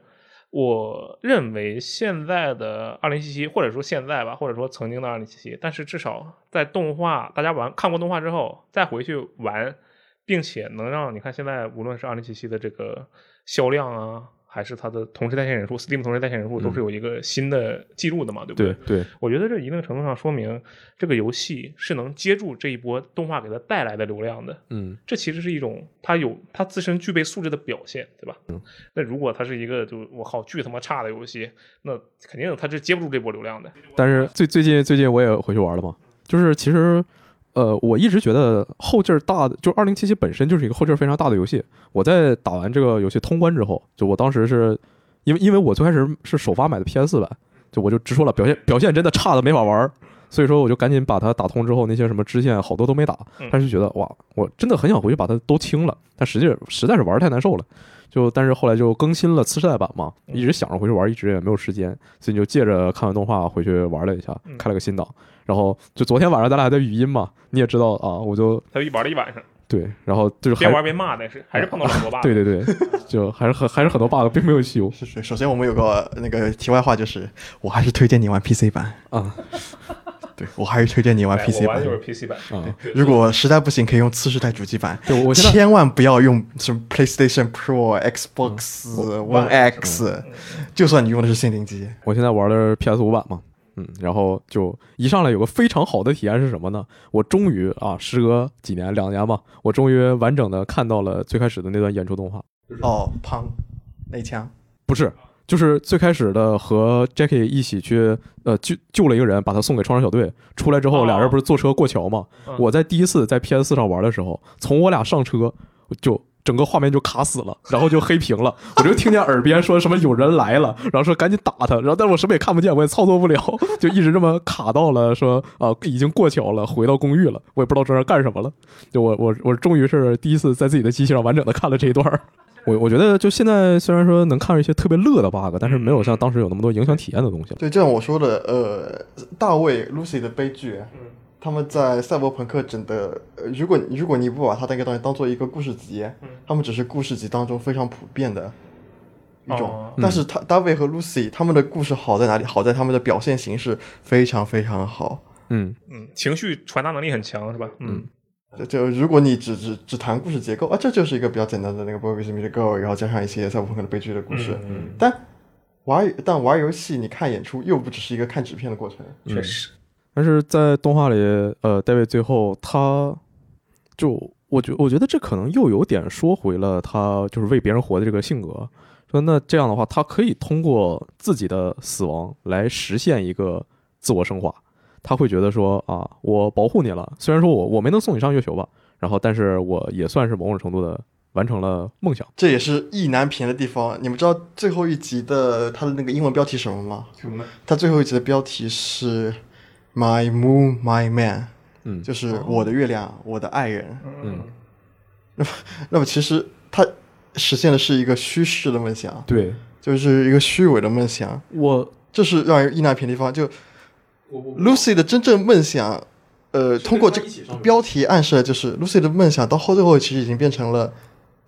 我认为现在的二零七七，或者说现在吧，或者说曾经的二零七七，但是至少在动画大家玩看过动画之后，再回去玩，并且能让你看现在无论是二零七七的这个销量啊，还是它的同时在线人数，Steam 同时在线人数都是有一个新的记录的嘛，对不
对对，
我觉得这一定程度上说明这个游戏是能接住这一波动画给它带来的流量的。
嗯
这其实是一种它有它自身具备素质的表现，对吧？嗯。那如果它是一个就我靠巨他妈差的游戏，那肯定它是接不住这波流量的。
但是最最近最近我也回去玩了嘛，就是其实。呃，我一直觉得后劲儿大的，就二零七七本身就是一个后劲儿非常大的游戏。我在打完这个游戏通关之后，就我当时是因为因为我最开始是首发买的 PS 版，就我就直说了，表现表现真的差的没法玩儿。所以说，我就赶紧把它打通之后，那些什么支线好多都没打
嗯，
但是觉得哇，我真的很想回去把它都清了，但实际实在是玩儿太难受了。就但是后来就更新了次世代版嘛，
嗯
一直想着回去玩，一直也没有时间，所以就借着看完动画回去玩了一下
嗯，
开了个新档。然后就昨天晚上咱俩还在语音嘛，你也知道啊，我就
他一玩了一晚上，
对，然后就是
边
还
玩边骂，但是还是碰到了很多 bug。
对对对，就还是很还是 很多 bug 并没有修
是是，首先我们有个那个题外话，就是我还是推荐你玩 PC 版，
啊
对我还是推荐你玩
哎
PC
我玩的
版
就。是 PC 版，
啊！
对
如果实在不行，可以用次世代主机版。
对我现在
千万不要用什么 PlayStation Pro、Xbox
嗯
One X，就算你用的是限定机，
我现在玩的是 PS 五版嘛，嗯，然后就一上来有个非常好的体验是什么呢？我终于啊，时隔几年两年吧，我终于完整的看到了最开始的那段演出动画，
哦，砰，内枪，
不是，就是最开始的和 Jackie 一起去呃救救了一个人，把他送给创伤小队，出来之
哦
后俩人不是坐车过桥嘛？
嗯
我在第一次在 PS 四上玩的时候，从我俩上车就。整个画面就卡死了，然后就黑屏了。我就听见耳边说什么有人来了，然后说赶紧打他，然后但是我什么也看不见，我也操作不了，就一直这么卡到了说啊、已经过桥了，回到公寓了，我也不知道这是干什么了。就我我我终于是第一次在自己的机器上完整的看了这一段儿。我我觉得就现在虽然说能看到一些特别乐的 bug，但是没有像当时有那么多影响体验的东西了。
对，就像我说的，呃，大卫 Lucy 的悲剧，他们在赛博朋克整的，呃，如果如果你不把它那个东西当做一个故事集，
嗯
他们只是故事集当中非常普遍的一种，
哦
但是他大卫和 Lucy 他们的故事好在哪里？好在他们的表现形式非常非常好。
嗯，
嗯，情绪传达能力很强是吧？嗯，
就就如果你只只只谈故事结构啊，这就是一个比较简单的那个《Boy With Me 的 Girl》，然后加上一些赛博朋克的悲剧的故事。
嗯
但玩但玩游戏，你看演出又不只是一个看纸片的过程。
确实，
但是在动画里，呃，戴维最后他就我觉我觉得这可能又有点说回了他就是为别人活的这个性格。说那这样的话，他可以通过自己的死亡来实现一个自我升华。他会觉得说啊，我保护你了，虽然说我我没能送你上月球吧，然后但是我也算是某种程度的完成了梦想。
这也是意难平的地方。你们知道最后一集的它的那个英文标题什么吗？
什么？
它最后一集的标题是 “My Moon, My Man”，
嗯
就是
哦
我的月亮，我的爱人。
嗯，
那么其实它实现的是一个虚饰的梦想，
对
就是一个虚伪的梦想。
我
这是让人意难平的地方。就
我我
Lucy 的真正梦想，呃，通过这个标题暗示，就是 Lucy 的梦想到后最后其实已经变成了，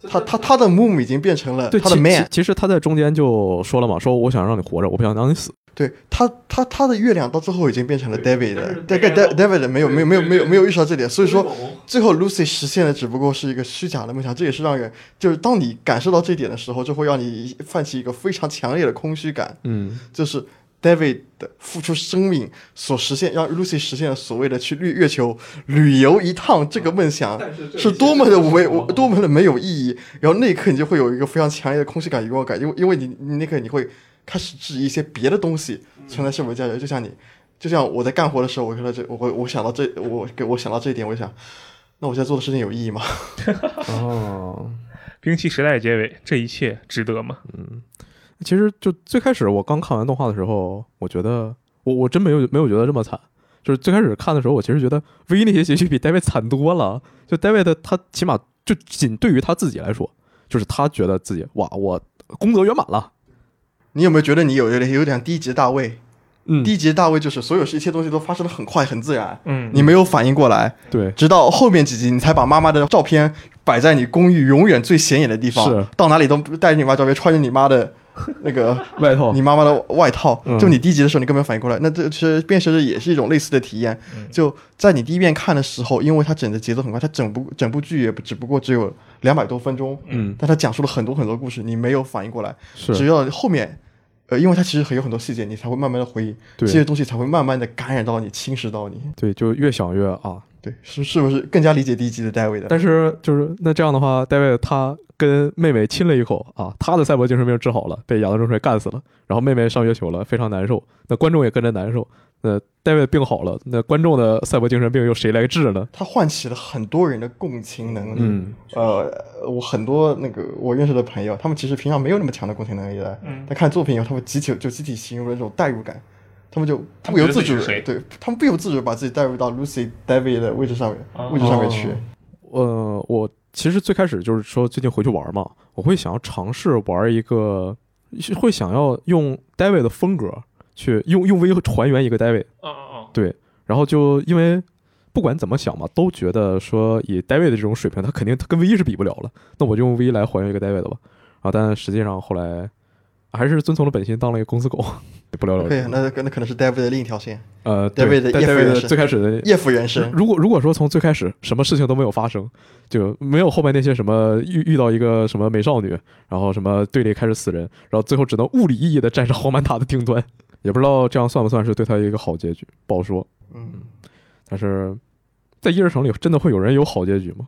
她她她的 moon 已经变成了
对
她的
其
man
其。其实他在中间就说了嘛，说我想让你活着，我不想让你死。
对她她她的月亮到最后已经变成了 David 的，
但
但
是
David David 没有没有没有没有没有意识到这点，所以说
对对对
最后 Lucy 实现的只不过是一个虚假的梦想，这也是让人就是当你感受到这点的时候，就会让你泛起一个非常强烈的空虚感。
嗯，
就是 David 的付出生命所实现，让 Lucy 实现了所谓的去绿月球旅游一趟这个梦想，是多么的无谓，我多么的没有意义。然后那一刻你就会有一个非常强烈的空虚感、遗忘感，因为因为你你那刻你会开始质疑一些别的东西存在是否价值，就像你。就像我在干活的时候，我看到这，我我想到这，我给我想到这一点，我就想，那我现在做的事情有意义吗？
哦，
兵器时代的结尾，这一切值得吗？
其实就最开始我刚看完动画的时候，我觉得我我真没有没有觉得这么惨。就是最开始看的时候，我其实觉得 V 那些结局比 David 惨多了。就 David 的他起码就仅对于他自己来说，就是他觉得自己哇，我功德圆满了。
你有没有觉得你有有点有点低级大卫？
嗯
低级大卫就是所有一切东西都发生的很快很自然，
嗯
你没有反应过来，
对，
直到后面几集，你才把妈妈的照片摆在你公寓永远最显眼的地方，
是
到哪里都带着你妈照片，穿着你妈的 那个
外头
你妈妈的外套。
哦嗯
就你第一集的时候，你根本反应过来，那这其实变身也是一种类似的体验。
嗯
就在你第一遍看的时候，因为它整的节奏很快，它整部整部剧也不只不过只有两百多分钟，
嗯
但它讲述了很多很多故事，你没有反应过来，只
是
有后面。呃，因为它其实还有很多细节，你才会慢慢的回忆，这
对
些东西才会慢慢的感染到你，侵蚀到你。
对，就越想越啊，
对，是是不是更加理解第一集的戴维的？
但是就是那这样的话，戴维他跟妹妹亲了一口啊，他的赛博精神病治好了，被亚当中水干死了，然后妹妹上月球了，非常难受。那观众也跟着难受。那戴维的病好了，那观众的赛博精神病又谁来治呢？
它唤起了很多人的共情能力。
嗯，
呃，我很多那个我认识的朋友，他们其实平常没有那么强的共情能力的，
嗯
但看作品以后，他们集体就集体形容了这种代入感，他们就
他
不
们觉
由
得自
自
己
主
是谁
的，对他们不由自主地把自己带入到 Lucy、David 的位置上面，
哦
位置上面去。
呃，我其实最开始就是说最近回去玩嘛，我会想要尝试玩一个，会想要用 David 的风格去用用 V 还原一个 David，
啊啊
然后就因为不管怎么想嘛，都觉得说以 David 的这种水平，他肯定他跟 V 是比不了了，那我就用 V 来还原一个 David 吧。啊，但实际上后来还是遵从了本心，当了一个公司狗， 不了
哦
了
可以
之，。
那那可能是 David 的另一条线，
呃对
David 的
但
叶夫
David
人
的
是
最开始的
叶夫人生。
如果如果说从最开始什么事情都没有发生，就没有后面那些什么遇遇到一个什么美少女，然后什么队里开始死人，然后最后只能物理意义的站上黄曼达的顶端，也不知道这样算不算是对他一个好结局，不好说。
嗯，
但是在夜之城里，真的会有人有好结局吗？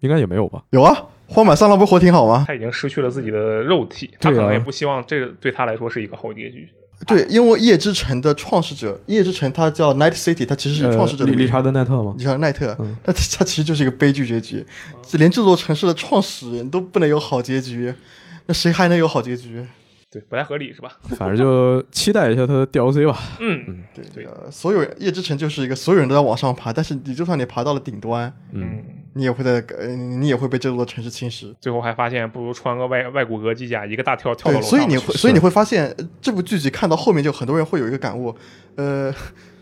应该也没有吧。
有啊，荒坂三郎不活挺好吗？
他已经失去了自己的肉体，他可
对啊
能也不希望这对他来说是一个好结局。
对，因为夜之城的创始者，夜之城它叫 Night City，它其实是创始者
呃
的
理理查德奈特
哦
吗？
理查奈特啊
嗯，
那他其实就是一个悲剧结局，这连这座城市的创始人都不能有好结局，那谁还能有好结局？
对，不太合理是吧？
反正就期待一下他的 DLC 吧。
嗯
对
对
呃，所有人夜之城就是一个所有人都在往上爬，但是你就算你爬到了顶端，
嗯，
你也会在呃，你也会被这座城市侵蚀。
最后还发现不如穿个外外骨骼机甲，一个大跳跳到楼
对，
上
所以你
去
会，所以你会发现呃这部剧集看到后面，就很多人会有一个感悟，呃，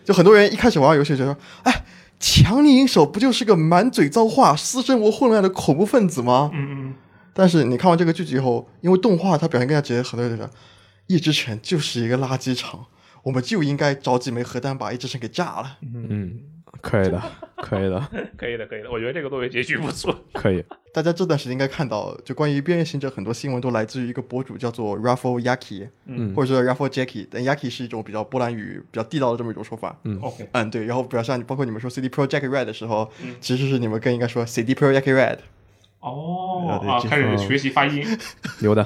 就很多人一开始玩游戏就说，哎，强力银手不就是个满嘴脏话、私生活混乱的恐怖分子吗？
嗯嗯
但是你看完这个剧集以后，因为动画它表现更加直接，很多人就说，一之城就是一个垃圾场，我们就应该找几枚核弹把一之城给炸了。
嗯，可以的，可以的，
嗯，可以的可以的，我觉得这个作为结局不错。
可以。
大家这段时间应该看到，就关于边缘行者很多新闻都来自于一个博主叫做 Raffle Yaki，
嗯
或者说 Raffle Jackie，但 Yaki 是一种比较波兰语、比较地道的这么一种说法。
OK，
嗯，对，然后比较像你，包括你们说 CD Projekt Red 的时候，其实是你们更应该说 CD Projekt Red。
哦
对
啊，
这
开始
个
学习发音。
牛的。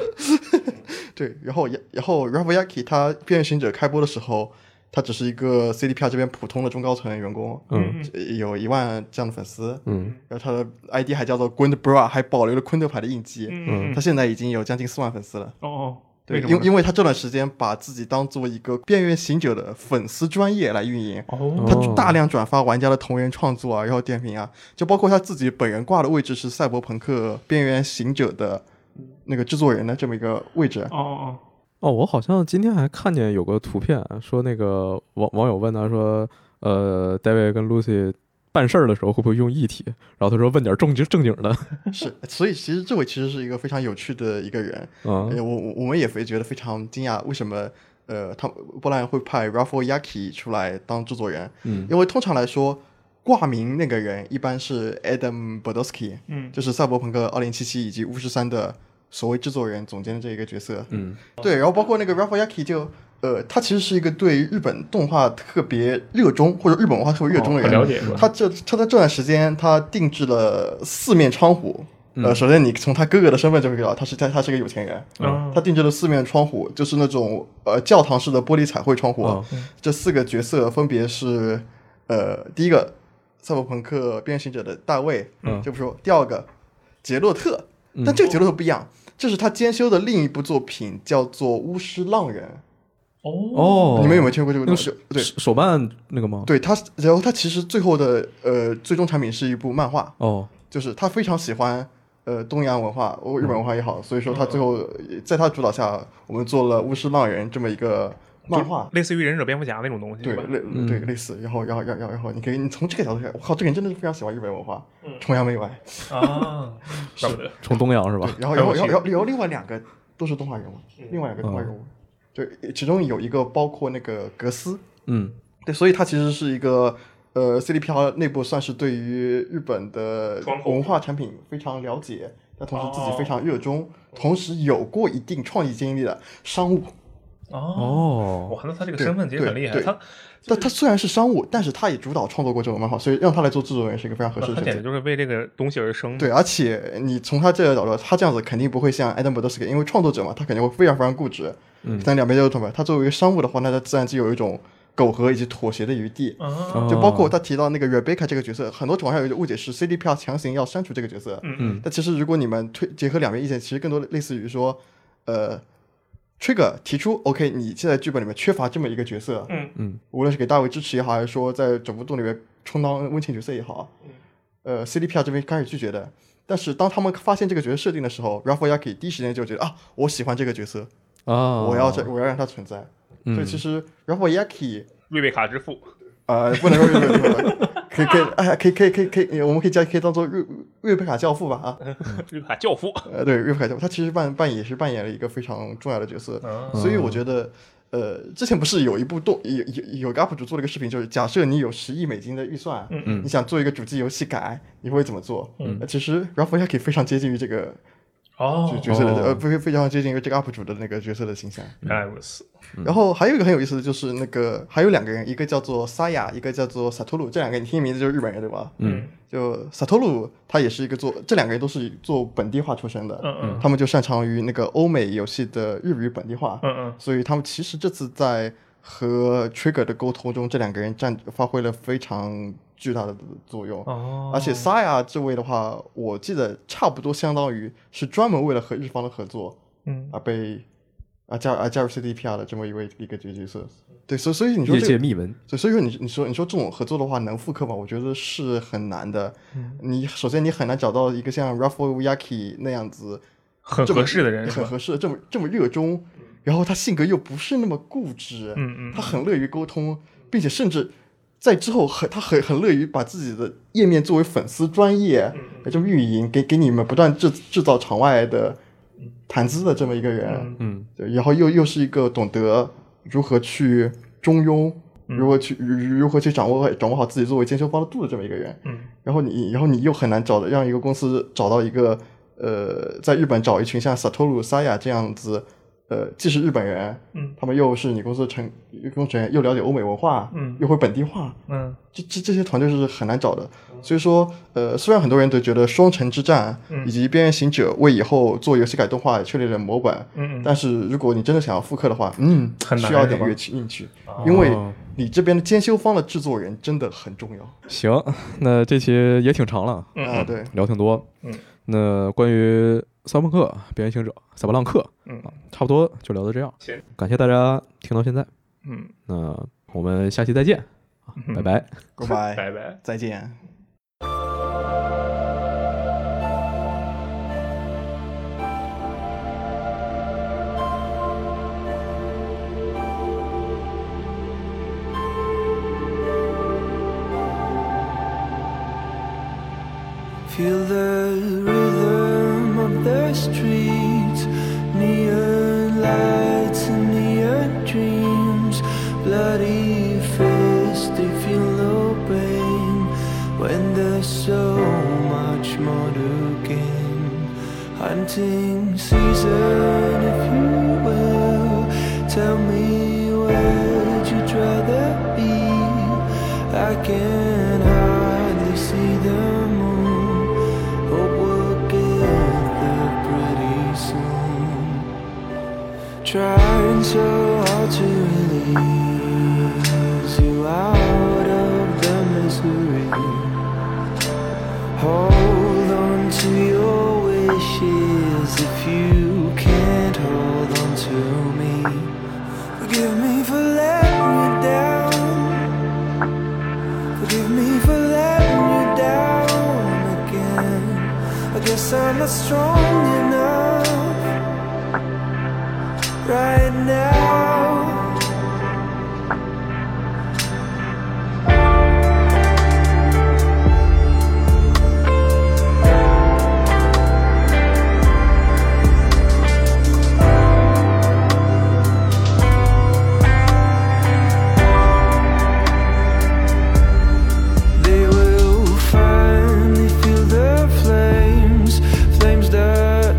对，然后然后 Raffle Yaki 他边缘行者开播的时候，他只是一个 CDPR 这边普通的中高层员工，
嗯
有一万这样的粉丝，
嗯
然后他的 ID 还叫做 g u n d b r a 还保留了昆特牌的印记。
嗯嗯
他现在已经有将近四万粉丝了。
哦哦，
对，
为什
因
么呢？
因为他这段时间把自己当做一个边缘行者的粉丝专业来运营，
哦
他
哦
大量转发玩家的同人创作啊，然后点评啊，就包括他自己本人挂的位置是赛博朋克边缘行者的那个制作人的这么一个位置 啊
哦。哦
哦，我好像今天还看见有个图片，啊说那个网网友问他说，呃，David 跟 Lucy 办事儿的时候会不会用异体？然后他说问点正经正经的，
是，所以其实这位其实是一个非常有趣的一个人，
嗯
呃我我我们也非觉得非常惊讶，为什么呃，他波兰会派 Raffle Yaki 出来当制作人？
嗯
因为通常来说，挂名那个人一般是 Adam Bodowski，
嗯
就是《赛博朋克2077》以及《巫师三》的所谓制作人、总监的这一个角色。
嗯
对，然后包括那个 Rafa Yaki 就，呃，他其实是一个对日本动画特别热衷，或者日本文化特别热衷的
很
哦
人。
了解是吧？
他这他在这段时间，他定制了四面窗户。呃，
嗯
首先你从他哥哥的身份就会知道，他是他他是个有钱人。
嗯
他定制了四面窗户，就是那种呃教堂式的玻璃彩绘窗户。啊
哦
这四个角色分别是，呃，第一个赛博朋克变形者的大卫，
嗯
这不说；第二个杰洛特，
嗯
但这个杰洛特不一样，这是他监修的另一部作品，叫做《巫师浪人》。
哦
哦，
你们有没有听过这个
那个
东西
手？
对
手手办那个吗？
对，他然后他其实最后的呃最终产品是一部漫画，
哦，
就是他非常喜欢呃东洋文化，欧日本文化也好，所以说他最后呃在他主导下，我们做了《巫师浪人》这么一个漫画。
类似于忍者蝙蝠侠那种东西
对
是吧？
类对类似，然后然后然后然后然后你可以你从这个角度看，我靠，这个人真的是非常喜欢日本文化，崇洋媚外。
啊，怪不得。
冲东洋是吧
对？然后
很
然
有
后然后
趣
然后然后另外两个都是动画人物，另外两个动画人物，对，其中有一个包括那个格斯，
嗯
对，所以他其实是一个呃 CDPR 内部算是对于日本的
窗口
文化产品非常了解，但同时自己
哦
非常热衷，同时有过一定创意经历的商务。
哦，
哦，
哇，那他这个
对
身份其实很厉害，
对
他
但他虽然是商务，但是他也主导创作过这种漫画，所以让他来做制作人是一个非常合适的
他
选择
简直。就是为这个东西而生。
对，而且你从他这个角度，他这样子肯定不会像 Adam b o d o s k 因为创作者嘛，他肯定会非常非常固执。
嗯
但两边都有同伴。他作为一个商务的话，那他自然就有一种苟合以及妥协的余地。
啊，
啊
就包括他提到那个 Rebecca 这个角色，很多网上有一个误解是 CDPR 强行要删除这个角色，
嗯
嗯
但其实如果你们推结合两边意见，其实更多类似于说，呃，Trigger 提出 OK，你现在剧本里面缺乏这么一个角色，
嗯
嗯
无论是给大卫支持也好，还是说在整部动里面充当温情角色也好，
嗯
呃，CDPR 这边开始拒绝的。但是当他们发现这个角色设定的时候 r a f a y a k i 第一时间就觉得啊，我喜欢这个角色，
啊，
我要这我要让它存在。所以其实 r a f a y a k i
瑞贝卡之父，
呃，不能说瑞贝卡， 可以可以哎，可以可以可以可以，我们可以叫可以当做瑞瑞贝卡教父吧啊，
瑞贝卡教父，
呃，对，瑞贝卡教父，他其实扮扮演也是扮演了一个非常重要的角色，
啊
所以我觉得，呃，之前不是有一部动有有有个 UP 主做了一个视频，就是假设你有十亿美金的预算，
嗯
嗯
你想做一个主机游戏改，你会怎么做？
嗯
呃，其实 r a f a 可以非常接近于这个
哦
角角色的，
哦
呃，非非常接近于这个 UP 主的那个角色的形象。
原来如此，
然后还有一个很有意思的就是那个还有两个人，一个叫做 Saya，一个叫做 Satoru，这两个你听名字就是日本人对吧？
嗯
就 Satoru 他也是一个做，这两个人都是做本地化出身的，
嗯嗯
他们就擅长于那个欧美游戏的日语本地化，
嗯嗯，
所以他们其实这次在和 Trigger 的沟通中，这两个人占发挥了非常巨大的作用。
哦，
而且 Saya 这位的话，我记得差不多相当于是专门为了和日方的合作
嗯
而被啊加啊加入 CDPR 的这么一位一个角角色。对，所以所以你说
业
这
界
个，
秘闻，
所以所以说你你说你说这种合作的话能复刻吗？我觉得是很难的。
嗯
你首先你很难找到一个像 Rafael Yaki 那样子
很
这么
合适的人是
很
吧？
合适，这么这么热衷，然后他性格又不是那么固执，
嗯嗯
他很乐于沟通，并且甚至在之后很他很很乐于把自己的页面作为粉丝专业
嗯
这种运营，给给你们不断制制造场外的谈资的这么一个人，
嗯
嗯
对，然后又又是一个懂得如何去中庸。
嗯
如何去如如何去掌握掌握好自己作为兼修方的度的这么一个人，
嗯
然后你，然后你又很难找的让一个公司找到一个呃，在日本找一群像 Satoru、Saya 这样子，呃，既是日本人，
嗯
他们又是你公司的成工程员，又了解欧美文化，
嗯
又会本地化，
嗯
这这这些团队是很难找的。所以说，呃，虽然很多人都觉得《双城之战》
嗯
以及《边缘行者》为以后做游戏改动画确立了模板，
嗯嗯，
但是如果你真的想要复刻的话，嗯，
很难
需要一
是
点
吧
运气运气，因为
哦
你这边的监修方的制作人真的很重要
行，那这期也挺长了，
嗯
啊，对。
聊挺多。
嗯，
那关于赛博朋克、边缘行者、赛博浪客，
嗯
啊，差不多就聊到这样
行。
感谢大家听到现在，
嗯，
那我们下期再见，啊
嗯
拜拜。
Goodbye，
拜拜。
再见。
Feel the rhythm of the streets, neon lights and neon dreams, bloody fists, they feel no pain when there's so much more to gain. Hunting season, if you will, tell me where'd you'd rather be. I can hardly see the moon. Hope we'll get there pretty soon. Trying so hard to release you out of the misery. Hold on to your wishes if you can't hold on to me. Forgive me for letting you down. Forgive me for letting you down again. I guess I'm not strong enough right now. They will finally feel the flames, flames that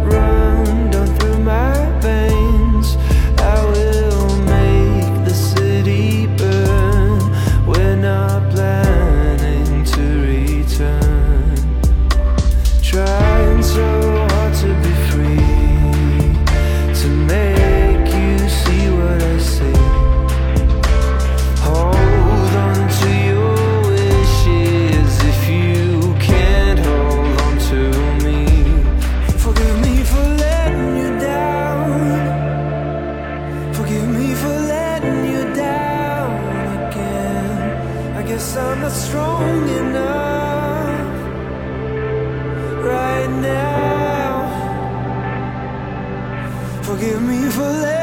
guess I'm not strong enough right now. Forgive me for letting.